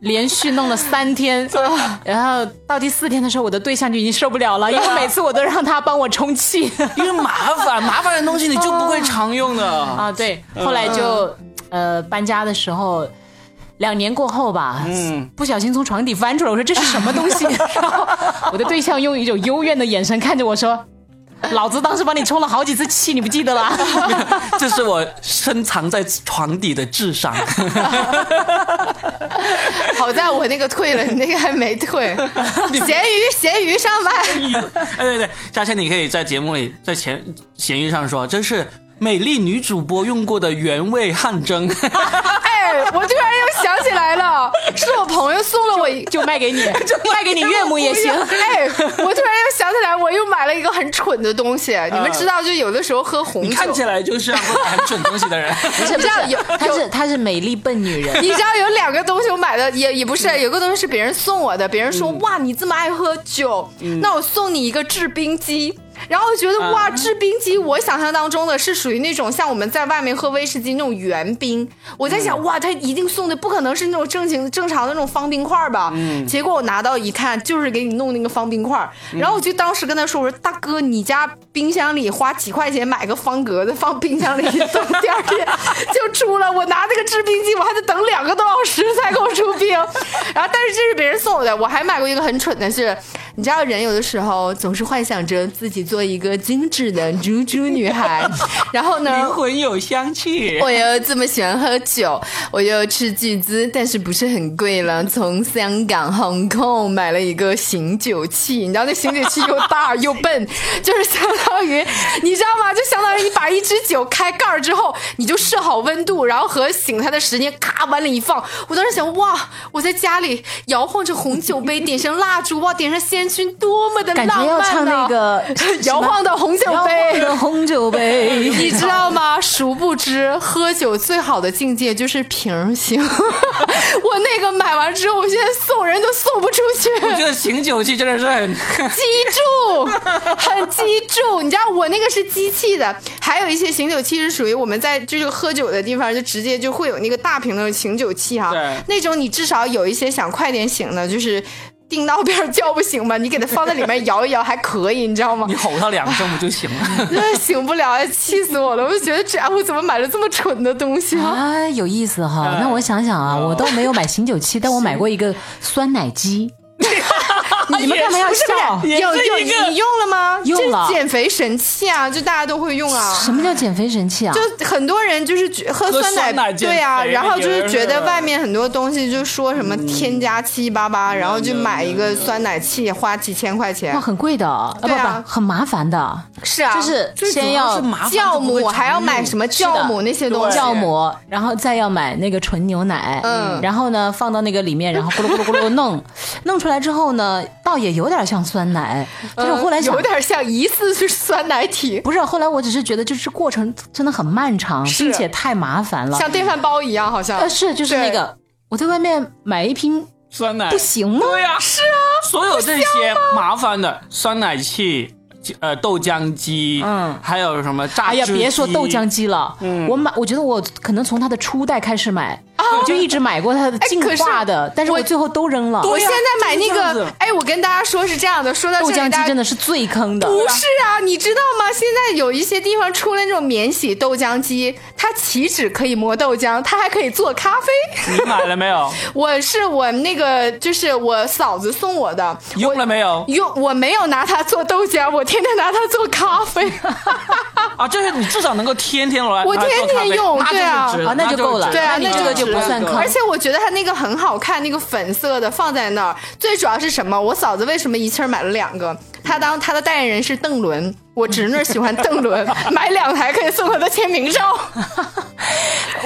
Speaker 2: 连续弄了三 天，然后到第四天的时候，我的对象就已经受不了了，因为每次我都让他帮我充气
Speaker 1: 因为麻烦，麻烦的东西你就不会常用 的。
Speaker 2: 啊。对，
Speaker 1: 嗯
Speaker 2: 后来就呃搬家的时候。两年过后吧，
Speaker 1: 嗯
Speaker 2: 不小心从床底翻出来，我说这是什么 东西？然后我的对象用一种幽怨的眼神看着我说：“老子当时帮你充了好几次气，你不记得了？”
Speaker 1: 这是我深藏在床底的智商。
Speaker 3: 好在我那个退了，你那个还没退。 咸鱼，咸鱼上麦。
Speaker 1: 哎，对对，下次你可以在节目里，在前闲鱼上说，这 是美丽女主播用过的原味汗蒸。
Speaker 3: 哎，我突然又想起来了，是我朋友送了我 一。
Speaker 2: 就卖给你，卖给你岳母也行。
Speaker 3: 哎，我突然又想起来，我又买了一个很蠢的东西。你们知道，就有的时候喝红酒，
Speaker 1: 你看起来就是要会买很蠢东西 的人。
Speaker 2: 不是不
Speaker 3: 知道
Speaker 2: 是
Speaker 3: 有，
Speaker 2: 她是她是美丽笨女 人。
Speaker 3: 你知道有两个东西我买的也也不是，有个东西是别人送我的，别人说、哇你这么爱喝酒，那我送你一个制冰机。然后我觉得哇，制冰机，我想象当中的是属于那种像我们在外面喝威士忌那种圆冰。我在想，哇，他一定送的不可能是那种正经正常的那种方冰块吧？结果我拿到一看，就是给你弄那个方冰块。
Speaker 1: 嗯
Speaker 3: 然后我就当时跟他说，我说大哥，你家冰箱里花几块钱买个方格子放冰箱里，等第二天就出了。我拿那个制冰机，我还得等两个多小时才给我出 冰。然后，但是这是别人送我的，我还买过一个很蠢的是，你知道人有的时候总是幻想着自己做一个精致的猪猪 女孩，然后呢
Speaker 1: 灵。魂有香气
Speaker 3: 我，又这么喜欢喝酒，我又斥巨资，但是不是很 贵了。从香港航空买了一个醒酒器，你知道那醒酒器又大又 笨，就是相当于你知道吗？就相当于你把一支酒开盖儿之后，你就设好温度，然后和醒它的时间咔往里一放。我当时想，哇，我在家里摇晃着红酒杯，点上蜡烛，哇，点上烟熏，多么的
Speaker 2: 感
Speaker 3: 浪漫
Speaker 2: 觉要唱
Speaker 3: 呐
Speaker 2: 那 个
Speaker 3: 摇晃的红酒
Speaker 2: 摇晃
Speaker 3: 杯。
Speaker 2: 的红 酒
Speaker 1: 哎
Speaker 2: 杯，
Speaker 3: 你知道吗？殊不知，喝酒最好的境界就是 平行。我那个买完之后，我现在送人都送不出去。
Speaker 1: 我觉得醒酒器真的是很
Speaker 3: 记住，很记住。你知道我那个是机器的，还有一些醒酒器是属于我们在就是喝酒的地方，就直接就会有那个大瓶的醒酒器哈
Speaker 1: 对。
Speaker 3: 那种你至少有一些想快点醒的，就是定到边儿叫不醒吧，你给它放在里面摇一摇还可以，你知道吗
Speaker 1: 你？吼他两声不就行 了？
Speaker 3: 真的 醒不了，哎气死我了！我就觉得这我怎么买了这么蠢的东西啊？
Speaker 2: 啊，有意思哈。
Speaker 1: 哎
Speaker 2: 那我想想啊，
Speaker 1: 哦
Speaker 2: 我倒没有买醒酒器，但我买过一个酸奶 机。你们干嘛要笑？
Speaker 1: 也
Speaker 3: 有
Speaker 1: 是
Speaker 3: 有
Speaker 1: 一个
Speaker 3: 你用了吗？
Speaker 2: 用了
Speaker 3: 这是减肥神器啊，就大家都会用啊。
Speaker 2: 什么叫减肥神器啊？
Speaker 3: 就很多人就是觉喝
Speaker 1: 喝
Speaker 3: 酸奶，
Speaker 1: 酸奶减
Speaker 3: 对啊，
Speaker 1: 肥
Speaker 3: 然后就是觉
Speaker 1: 也
Speaker 3: 得
Speaker 1: 是
Speaker 3: 外面很多东西就说什么添加七八八，然后就买一个酸奶器，花几千块钱
Speaker 2: 哇，。很贵的，啊不
Speaker 3: 对啊
Speaker 2: 不，很麻烦的。
Speaker 3: 是啊，
Speaker 2: 就是
Speaker 1: 最主
Speaker 2: 先
Speaker 1: 要
Speaker 2: 要
Speaker 1: 是麻烦
Speaker 3: 酵母，还要买什
Speaker 1: 么？
Speaker 3: 么酵母那些东西
Speaker 1: 对。
Speaker 2: 酵母，然后再要买那个纯牛奶，
Speaker 3: 嗯
Speaker 2: 然后呢放到那个里面，然后咕噜咕噜咕噜弄， 弄出来之后呢，倒也有点像酸奶，但是我后来
Speaker 3: 嗯
Speaker 2: 想
Speaker 3: 有。点像疑似是酸奶体，
Speaker 2: 不是，后来我只是觉得就是过程真的很漫长，
Speaker 3: 是
Speaker 2: 并且太麻烦了。
Speaker 3: 像电饭煲一样，好像
Speaker 2: 呃，。是就是那个，我在外面买一瓶
Speaker 1: 酸奶
Speaker 2: 不行吗？
Speaker 1: 对呀、是啊，所有这些麻烦的酸奶器。呃，豆浆机，
Speaker 2: 嗯
Speaker 1: 还有什么榨
Speaker 2: 哎
Speaker 1: 汁机？
Speaker 2: 呀，别说豆浆机了，我买，我觉得我可能从它的初代开始买，我就一直买过它的
Speaker 3: 哎
Speaker 2: 进
Speaker 3: 可是
Speaker 2: 化的，但是我
Speaker 3: 我
Speaker 2: 最后都扔了。
Speaker 3: 我
Speaker 1: 对呀
Speaker 3: 现在买那
Speaker 1: 就是这样
Speaker 3: 个
Speaker 1: 子，
Speaker 3: 哎，我跟大家说是这样的，说到这
Speaker 2: 豆
Speaker 3: 里，
Speaker 2: 浆
Speaker 3: 大
Speaker 2: 机
Speaker 3: 家
Speaker 2: 真的是最坑的。
Speaker 3: 不是啊，你知道吗？现在有一些地方出了那种免洗豆浆机，它岂止可以磨豆浆，它还可以做咖啡。
Speaker 1: 你买了没 有？
Speaker 3: 我是我那个，就是我嫂子送我的，
Speaker 1: 用了没有？
Speaker 3: 用我没有拿它做豆浆，我天天拿它做咖啡。
Speaker 1: 啊，就是你至少能够天天来，
Speaker 3: 我
Speaker 1: 拿来做
Speaker 3: 天天
Speaker 1: 咖啡
Speaker 3: 用
Speaker 1: 那
Speaker 3: 对
Speaker 1: 就
Speaker 3: 啊
Speaker 1: 是值
Speaker 2: 啊那就
Speaker 1: 就
Speaker 2: 够了
Speaker 1: 值
Speaker 3: 对啊，
Speaker 2: 那你这个就不算坑
Speaker 3: 而且我觉得它那个很好看，那个粉色的放在那儿，最主要是什么？我嫂子为什么一气儿买了两个？她当她的代言人是邓伦，我侄女喜欢邓 伦，买两台可以送她的签名照。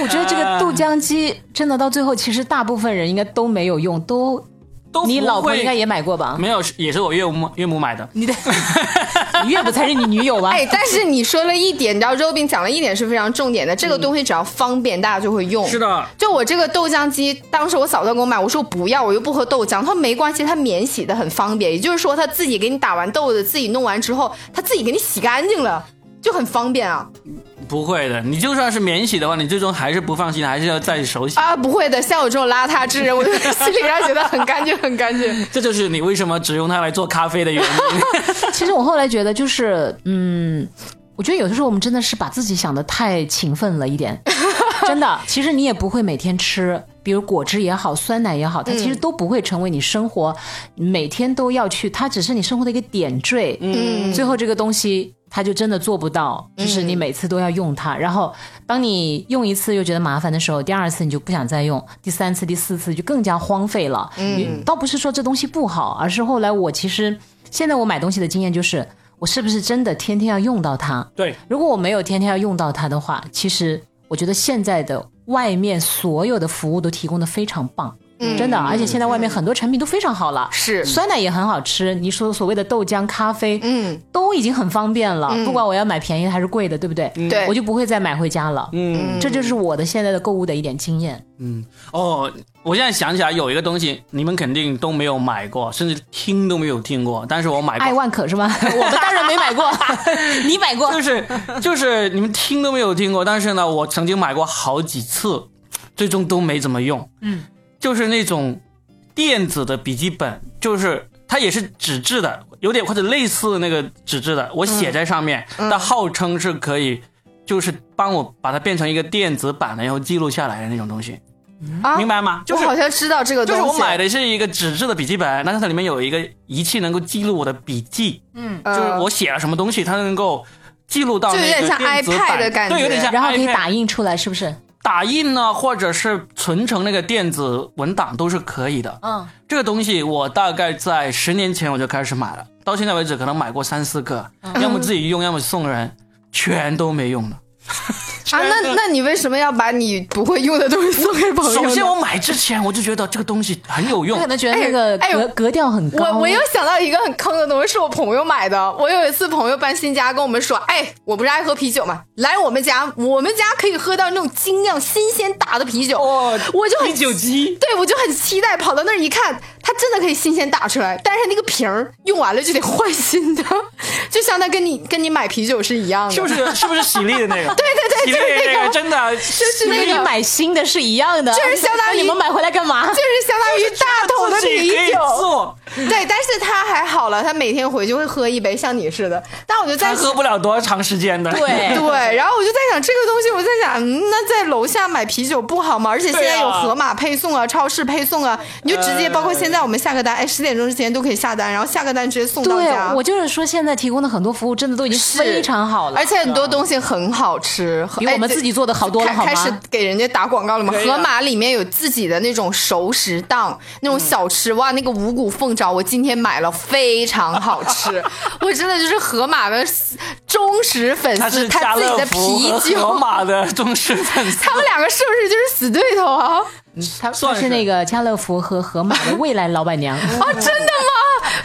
Speaker 2: 我觉得这个豆浆机真的到最后，其实大部分人应该都没有用，都
Speaker 1: 都
Speaker 2: 你
Speaker 1: 不
Speaker 2: 老婆
Speaker 1: 会
Speaker 2: 应该也买过吧？
Speaker 1: 没有，是也是我岳母岳母买的。
Speaker 2: 啊你的你岳母才是你女友吧？
Speaker 3: 哎，但是你说了一点，你知道 Robin 讲了一点是非常重点的，这个东西只要方便，大家就会用。
Speaker 1: 是的，
Speaker 3: 就我这个豆浆机，当时我嫂子给我买，我说不要，我又不喝豆浆。她说没关系，它免洗的很方便，也就是说她自己给你打完豆子，自己弄完之后，她自己给你洗干净了，就很方便啊
Speaker 1: 不会的，你就算是免洗的话，你最终还是不放心，还是要再手洗。
Speaker 3: 啊！不会的，像我这种邋遢 之人，我就心里上觉得很干净，很干净。
Speaker 1: 这就是你为什么只用它来做咖啡的原因。
Speaker 2: 其实我后来觉得，就是嗯，我觉得有的时候我们真的是把自己想的太勤奋了一点， 真的。其实你也不会每天吃，比如果汁也好，酸奶也好，它其实都不会成为你生活、每天都要去，它只是你生活的一个点缀。嗯，最后这个东西。它就真的做不到，就是你每次都要用它，然后当你用一次又觉得麻烦的时候，第二次你就不想再用，第三次、第四次就更加荒废了。嗯，倒不是说这东西不好，而是后来我其实现在我买东西的经验就是，我是不是真的天天要用到它？
Speaker 1: 对，
Speaker 2: 如果我没有天天要用到它的话，其实我觉得现在的外面所有的服务都提供的非常棒。
Speaker 1: 嗯
Speaker 2: 真的，啊而且现在外面很多产品都非常好了，
Speaker 3: 嗯是
Speaker 2: 酸奶也很好吃。你说所谓的豆浆、咖啡，
Speaker 3: 嗯，
Speaker 2: 都已经很方便了。不管我要买便宜的还是贵的，对不对？
Speaker 3: 对
Speaker 2: 我就不会再买回家了。
Speaker 1: 嗯
Speaker 2: 这就是我的现在的购物的一点经验。
Speaker 1: 嗯，哦，我现在想起来有一个东西，你们肯定都没有买过，甚至听都没有听过，但是我买
Speaker 2: 爱
Speaker 1: 过。
Speaker 2: 万可 是吗？我们当然没买过，你买过
Speaker 1: 就？是就是你们听都没有听过，但是呢，我曾经买过好几次，最终都没怎么用。
Speaker 2: 嗯，
Speaker 1: 就是那种电子的笔记本，就是它也是纸质的，有点或者类似那个纸质的，我写在上面，
Speaker 3: 嗯
Speaker 1: 但号称是可以。就是帮我把它变成一个电子版的，然后记录下来的那种东西，
Speaker 3: 啊，
Speaker 1: 明白吗？就是
Speaker 3: 我好像知道这个
Speaker 1: 就
Speaker 3: 东
Speaker 1: 是
Speaker 3: 西。
Speaker 1: 我买的是一个纸质的笔记本，但是它里面有一个仪器能够记录我的笔记，
Speaker 2: 嗯，
Speaker 1: 就是
Speaker 3: 呃
Speaker 1: 我写了什么东西，它能够记录到
Speaker 3: 就有
Speaker 1: 那
Speaker 3: 点
Speaker 1: 个
Speaker 3: 像
Speaker 1: 电子版
Speaker 3: iPad 的感觉
Speaker 1: 对，有点像 iPad,
Speaker 2: 然后可以打印出来，是不是？
Speaker 1: 打印呢，或者是存成那个电子文档都是可以的。
Speaker 2: 嗯，
Speaker 1: 这个东西我大概在十年前我就开始买了，到现在为止可能买过三四个，
Speaker 3: 嗯
Speaker 1: 要么自己用，要么送人，全都没用的。
Speaker 3: 啊，那那你为什么要把你不会用的东西送给朋友呢？
Speaker 1: 首先我买之前我就觉得这个东西很有
Speaker 2: 他
Speaker 1: 用
Speaker 2: 可，能觉得那个
Speaker 3: 哎哎
Speaker 2: 格格调很高。
Speaker 3: 我我又想到一个很坑的东西，是我朋友买的。我有一次朋友搬新家，跟我们说：“哎，我不是爱喝啤酒嘛，来我们家，我们家可以喝到那种精酿新鲜打的啤酒。
Speaker 1: 哦
Speaker 3: 我就很
Speaker 1: 啤酒机。
Speaker 3: 对，我就很期待，跑到那儿一看，它真的可以新鲜打出来，但是那个瓶儿用完了就得换新的，就相当于跟你跟你买啤酒是一样的，
Speaker 1: 是不是？ 是不是喜力的那个？对
Speaker 3: 对对
Speaker 1: 喜力 的
Speaker 3: 就是那
Speaker 1: 那
Speaker 3: 个
Speaker 1: 个，真的
Speaker 3: 就是那
Speaker 2: 跟你
Speaker 3: 个，
Speaker 2: 买新的是一样的，
Speaker 3: 就是相当于
Speaker 2: 那你们买回来干嘛？
Speaker 3: 就是相当于大桶的
Speaker 1: 自己
Speaker 3: 啤
Speaker 1: 可以
Speaker 3: 酒。
Speaker 1: 做，
Speaker 3: 对，但是他还好了，他每天回去会喝一杯，像你似的。但我就在
Speaker 1: 咱喝不了多长时间的。
Speaker 2: 对
Speaker 3: 对，然后我就在想这个东西，我在想，嗯那在楼下买啤酒不好吗？而且现在
Speaker 1: 对啊
Speaker 3: 有盒马配送啊，超市配送啊，你就直
Speaker 1: 哎
Speaker 3: 接包括现在我们下个单，哎，十点钟之前都可以下单，然后下个单直接送到
Speaker 2: 对
Speaker 3: 家。，
Speaker 2: 我就是说现在提供的很多服务真的都已经非常好了，
Speaker 3: 而且很多东西很好吃，
Speaker 2: 比我们自己做的好多了，
Speaker 3: 哎开
Speaker 2: 好
Speaker 3: 开始
Speaker 2: 吗？
Speaker 3: 给人家打广告了吗？
Speaker 1: 对呀
Speaker 3: 盒马里面有自己的那种熟食档，那
Speaker 1: 嗯
Speaker 3: 种小吃，哇，那个五谷凤爪，我今天买了，非常 好吃。我真的就是盒马的忠实粉
Speaker 1: 他
Speaker 3: 丝，
Speaker 1: 是
Speaker 3: 他
Speaker 1: 家
Speaker 3: 自己
Speaker 1: 乐
Speaker 3: 的
Speaker 1: 福
Speaker 3: 啤
Speaker 1: 和
Speaker 3: 酒
Speaker 1: 盒，马的忠实粉丝
Speaker 3: 他。们两个是不是就是死对头啊？
Speaker 2: 她她
Speaker 1: 算
Speaker 2: 是
Speaker 1: 是
Speaker 2: 那个家乐福和盒马的未来老板娘，
Speaker 3: 啊，真的吗？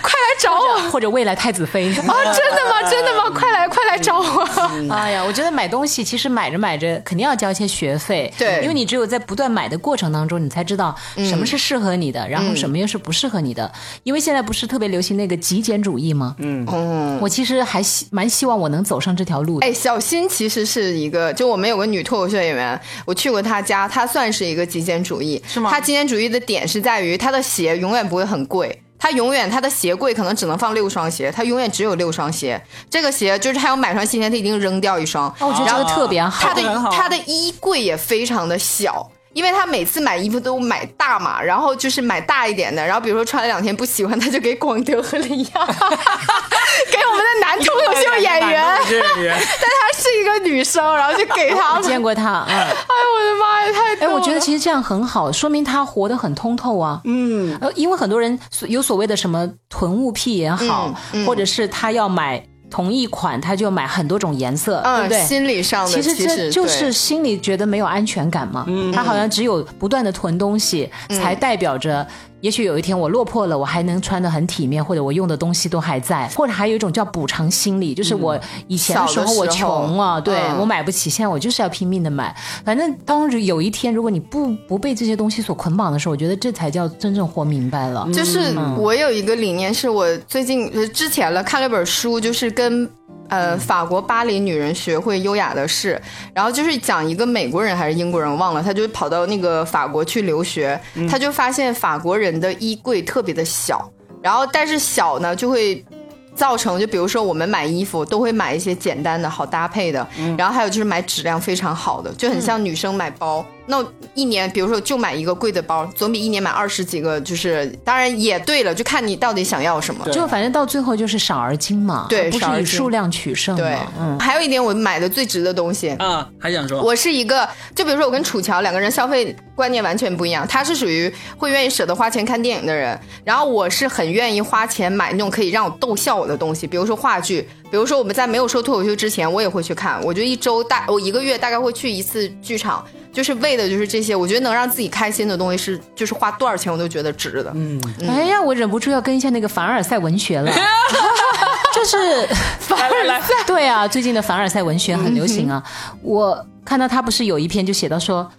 Speaker 3: 快来找我！
Speaker 2: 或者未来太子妃。 嗯
Speaker 3: 啊，真的吗？真的吗？快来，快来找我！
Speaker 2: 哎呀，我觉得买东西其实买着买着肯定要交一些学费，
Speaker 3: 对嗯
Speaker 2: 因为你只有在不断买的过程当中，你才知道什么是适合你的，然后什么又是不适合你的。因为现在不是特别流行那个极简主义吗？嗯，我其实还希蛮希望我能走上这条路的。
Speaker 3: 哎，小新其实是一个，就我们有个女脱口秀演员，我去过她家，她算是一个极简主义。是
Speaker 1: 吗
Speaker 3: 她极简主义的点是在于她的鞋永远不会很贵。她永远，她的鞋柜可能只能放六双鞋，她永远只有六双鞋。这个鞋就是她要买双新鞋，她一定扔掉一双。
Speaker 2: 哦，我觉得这个特别好
Speaker 3: 他。的
Speaker 1: 这个很好
Speaker 3: 他的衣柜也非常的小。因为他每次买衣服都买大码，然后就是买大一点的，然后比如说穿了两天不喜欢，他就给广德和林央， 给我们的男脱口秀演员，
Speaker 1: 脱口秀演员，
Speaker 3: 但她是一个女生，然后就给他
Speaker 2: 我
Speaker 3: 们。
Speaker 2: 见过他，嗯，
Speaker 3: 哎呦我的妈呀，太逗
Speaker 2: 哎，
Speaker 3: 了！
Speaker 2: 我觉得其实这样很好，说明他活得很通透啊。嗯，呃，因为很多人所有所谓的什么囤物癖也好，或者是他要买同一款，他就买很多种颜色，对不
Speaker 3: 嗯，
Speaker 2: 对？
Speaker 3: 心理上
Speaker 2: 其
Speaker 3: 的
Speaker 2: 实
Speaker 3: 其
Speaker 2: 这就是
Speaker 3: 对嗯
Speaker 2: 心里觉得没有安全感嘛。他好像只有不断的囤东西，才代表着也许有一天我落魄了，我还能穿得很体面，或者我用的东西都还在，或者还有一种叫补偿心理，就是我以前的时
Speaker 3: 嗯小的
Speaker 2: 候
Speaker 3: 时候
Speaker 2: 我穷啊，对
Speaker 3: 嗯
Speaker 2: 我买不起，现在我就是要拼命的买。反正当有一天，如果你不不被这些东西所捆绑的时候，我觉得这才叫真正活明白了。
Speaker 3: 就是我有一个理念，是我最近呃之前了看了本书，就是跟呃法国巴黎女人学会优雅的事，然后就是讲一个美国人还是英国人忘了，他就跑到那个法国去留学，他就发现法国人的衣柜特别的小，然后但是小呢就会。造成就比如说我们买衣服都会买一些简单的好搭配的，然后还有就是买质量非常好的，就很像女生买包。那我一年比如说就买一个贵的包，总比一年买二十几个就是，当然也对了，就看你到底想要什么。
Speaker 2: 就反正到最后就是少而精嘛，
Speaker 3: 对
Speaker 2: 而不
Speaker 3: 少
Speaker 2: 是
Speaker 3: 而
Speaker 2: 以
Speaker 3: 精
Speaker 2: 数量取胜
Speaker 3: 对
Speaker 2: 嘛，，嗯。
Speaker 3: 还有一点我买的最值的东西，
Speaker 1: 啊，还想 说，
Speaker 3: 我是一个，就比如说我跟楚乔两个人消费观念完全不一样，他是属于会愿意舍得花钱看电影的人，然后我是很愿意花钱买那种可以让我逗笑我的东西，比如说话剧。比如说我们在没有说脱口秀之前，我也会去看，我就一周大我一个月大概会去一次剧场，就是为的就是这些。我觉得能让自己开心的东西是，就是花多少钱我都觉得值的。
Speaker 1: 嗯，
Speaker 2: 哎呀，我忍不住要跟一下那个凡尔赛 文学了，就是凡
Speaker 1: 来来来，
Speaker 2: 对啊，最近的凡尔赛文学很流行
Speaker 1: 嗯
Speaker 2: 啊。我看到他不是有一篇就写到说，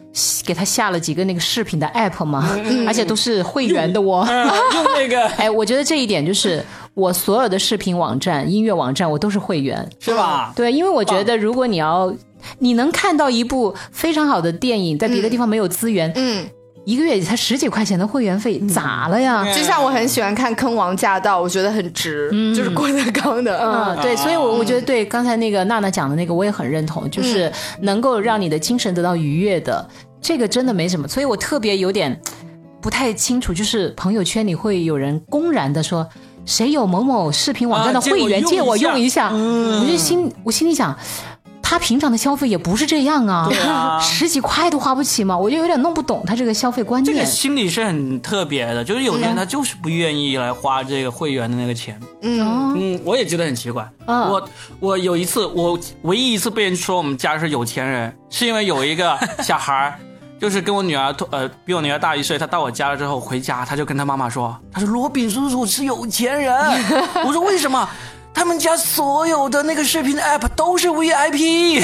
Speaker 2: 给他下了几个那个视频的 app 吗？而且都是会员的哦。
Speaker 1: 嗯用那个
Speaker 2: 哎，我觉得这一点就是我所有的视频网站、音乐网站我都是会员。
Speaker 1: 是吧？
Speaker 2: 对，因为我觉得如果你要你能看到一部非常好的电影，在别的地方没有资源，
Speaker 3: 嗯，
Speaker 2: 一个月也才十几块钱的会员费，
Speaker 1: 嗯
Speaker 2: 咋了呀？
Speaker 3: 就像我很喜欢看《坑王驾到》，我觉得很值，就是郭德纲的。嗯
Speaker 2: 嗯，对，所以我我觉得对刚才那个娜娜讲的那个，我也很认同，
Speaker 1: 嗯
Speaker 2: 就是能够让你的精神得到愉悦的，这个真的没什么。所以我特别有点不太清楚，就是朋友圈里会有人公然的说。谁有某某视频网站的
Speaker 1: 啊借我
Speaker 2: 会员，
Speaker 1: 用
Speaker 2: 借
Speaker 1: 一
Speaker 2: 我
Speaker 1: 下嗯
Speaker 2: 用一下？我就心我心里想，他平常的消费也不是这样啊，
Speaker 1: 对啊
Speaker 2: 十几块都花不起嘛，我就有点弄不懂他这个消费观
Speaker 1: 这个
Speaker 2: 念。
Speaker 1: 心理是很特别的，就是有些人他就是不愿意来花这个会员的那个钱。
Speaker 3: 嗯
Speaker 1: 嗯，我也觉得很奇怪。
Speaker 2: 嗯
Speaker 1: 我我有一次，我唯一一次被人说我们家是有钱人，是因为有一个小孩儿，就是跟我女儿同呃比我女儿大一岁，他到我家了之后回家，他就跟他妈妈说，他说罗炳叔叔是有钱 人。我说为什么？他们家所有的那个视频的 app 都是 VIP，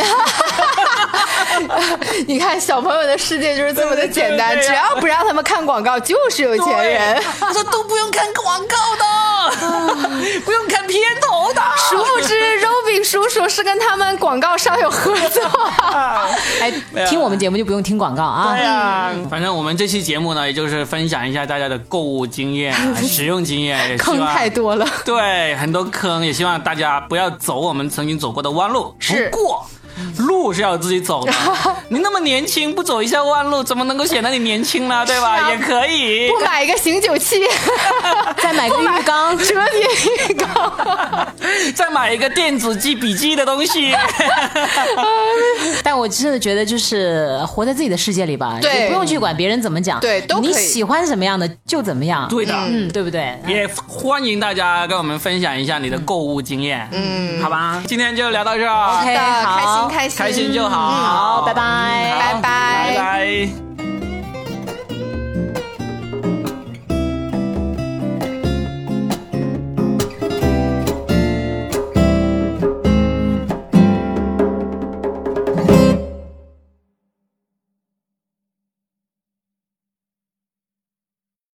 Speaker 3: 你看小朋友的世界就是这么的简单，
Speaker 1: 对对对
Speaker 3: 只要不让他们看广告，就是有钱人。
Speaker 1: 他说都不用看广告的，不用看片头的，
Speaker 3: 殊不知，Robin 叔叔是跟他们广告商有合作。
Speaker 2: 哎，
Speaker 1: 啊
Speaker 2: 听我们节目就不用听广告啊。
Speaker 1: 呀，
Speaker 3: 嗯
Speaker 1: 反正我们这期节目呢，也就是分享一下大家的购物经验、啊、使用经验，也希
Speaker 3: 嗯 坑
Speaker 1: 望
Speaker 3: 太多了，
Speaker 1: 对很多坑，也希望大家不要走我们曾经走过的弯路。
Speaker 3: 是
Speaker 1: 不过路是要自己走 的。你那么年轻，不走一下弯路，怎么能够显得你年轻呢？对吧？
Speaker 3: 是啊
Speaker 1: 也可以。
Speaker 3: 不买一个醒酒器，
Speaker 2: 再买个浴 缸，
Speaker 3: 折叠浴缸。
Speaker 1: 再买一个电子记笔记的东 西。
Speaker 2: 但我真的觉得就是活在自己的世界里吧，
Speaker 3: 对
Speaker 2: 也不用去管别人怎么讲，
Speaker 3: 对都可以
Speaker 2: 你喜欢什么样的就怎么样，
Speaker 1: 对的。
Speaker 2: 嗯，对不对？
Speaker 1: 也欢迎大家跟我们分享一下你的购物经验，嗯，好吧，今天就聊到这儿
Speaker 2: OK，
Speaker 3: 开
Speaker 2: 好
Speaker 3: 心开心，
Speaker 1: 开心就好，
Speaker 2: 嗯好，拜拜，
Speaker 1: 好
Speaker 3: 拜拜
Speaker 1: 拜拜。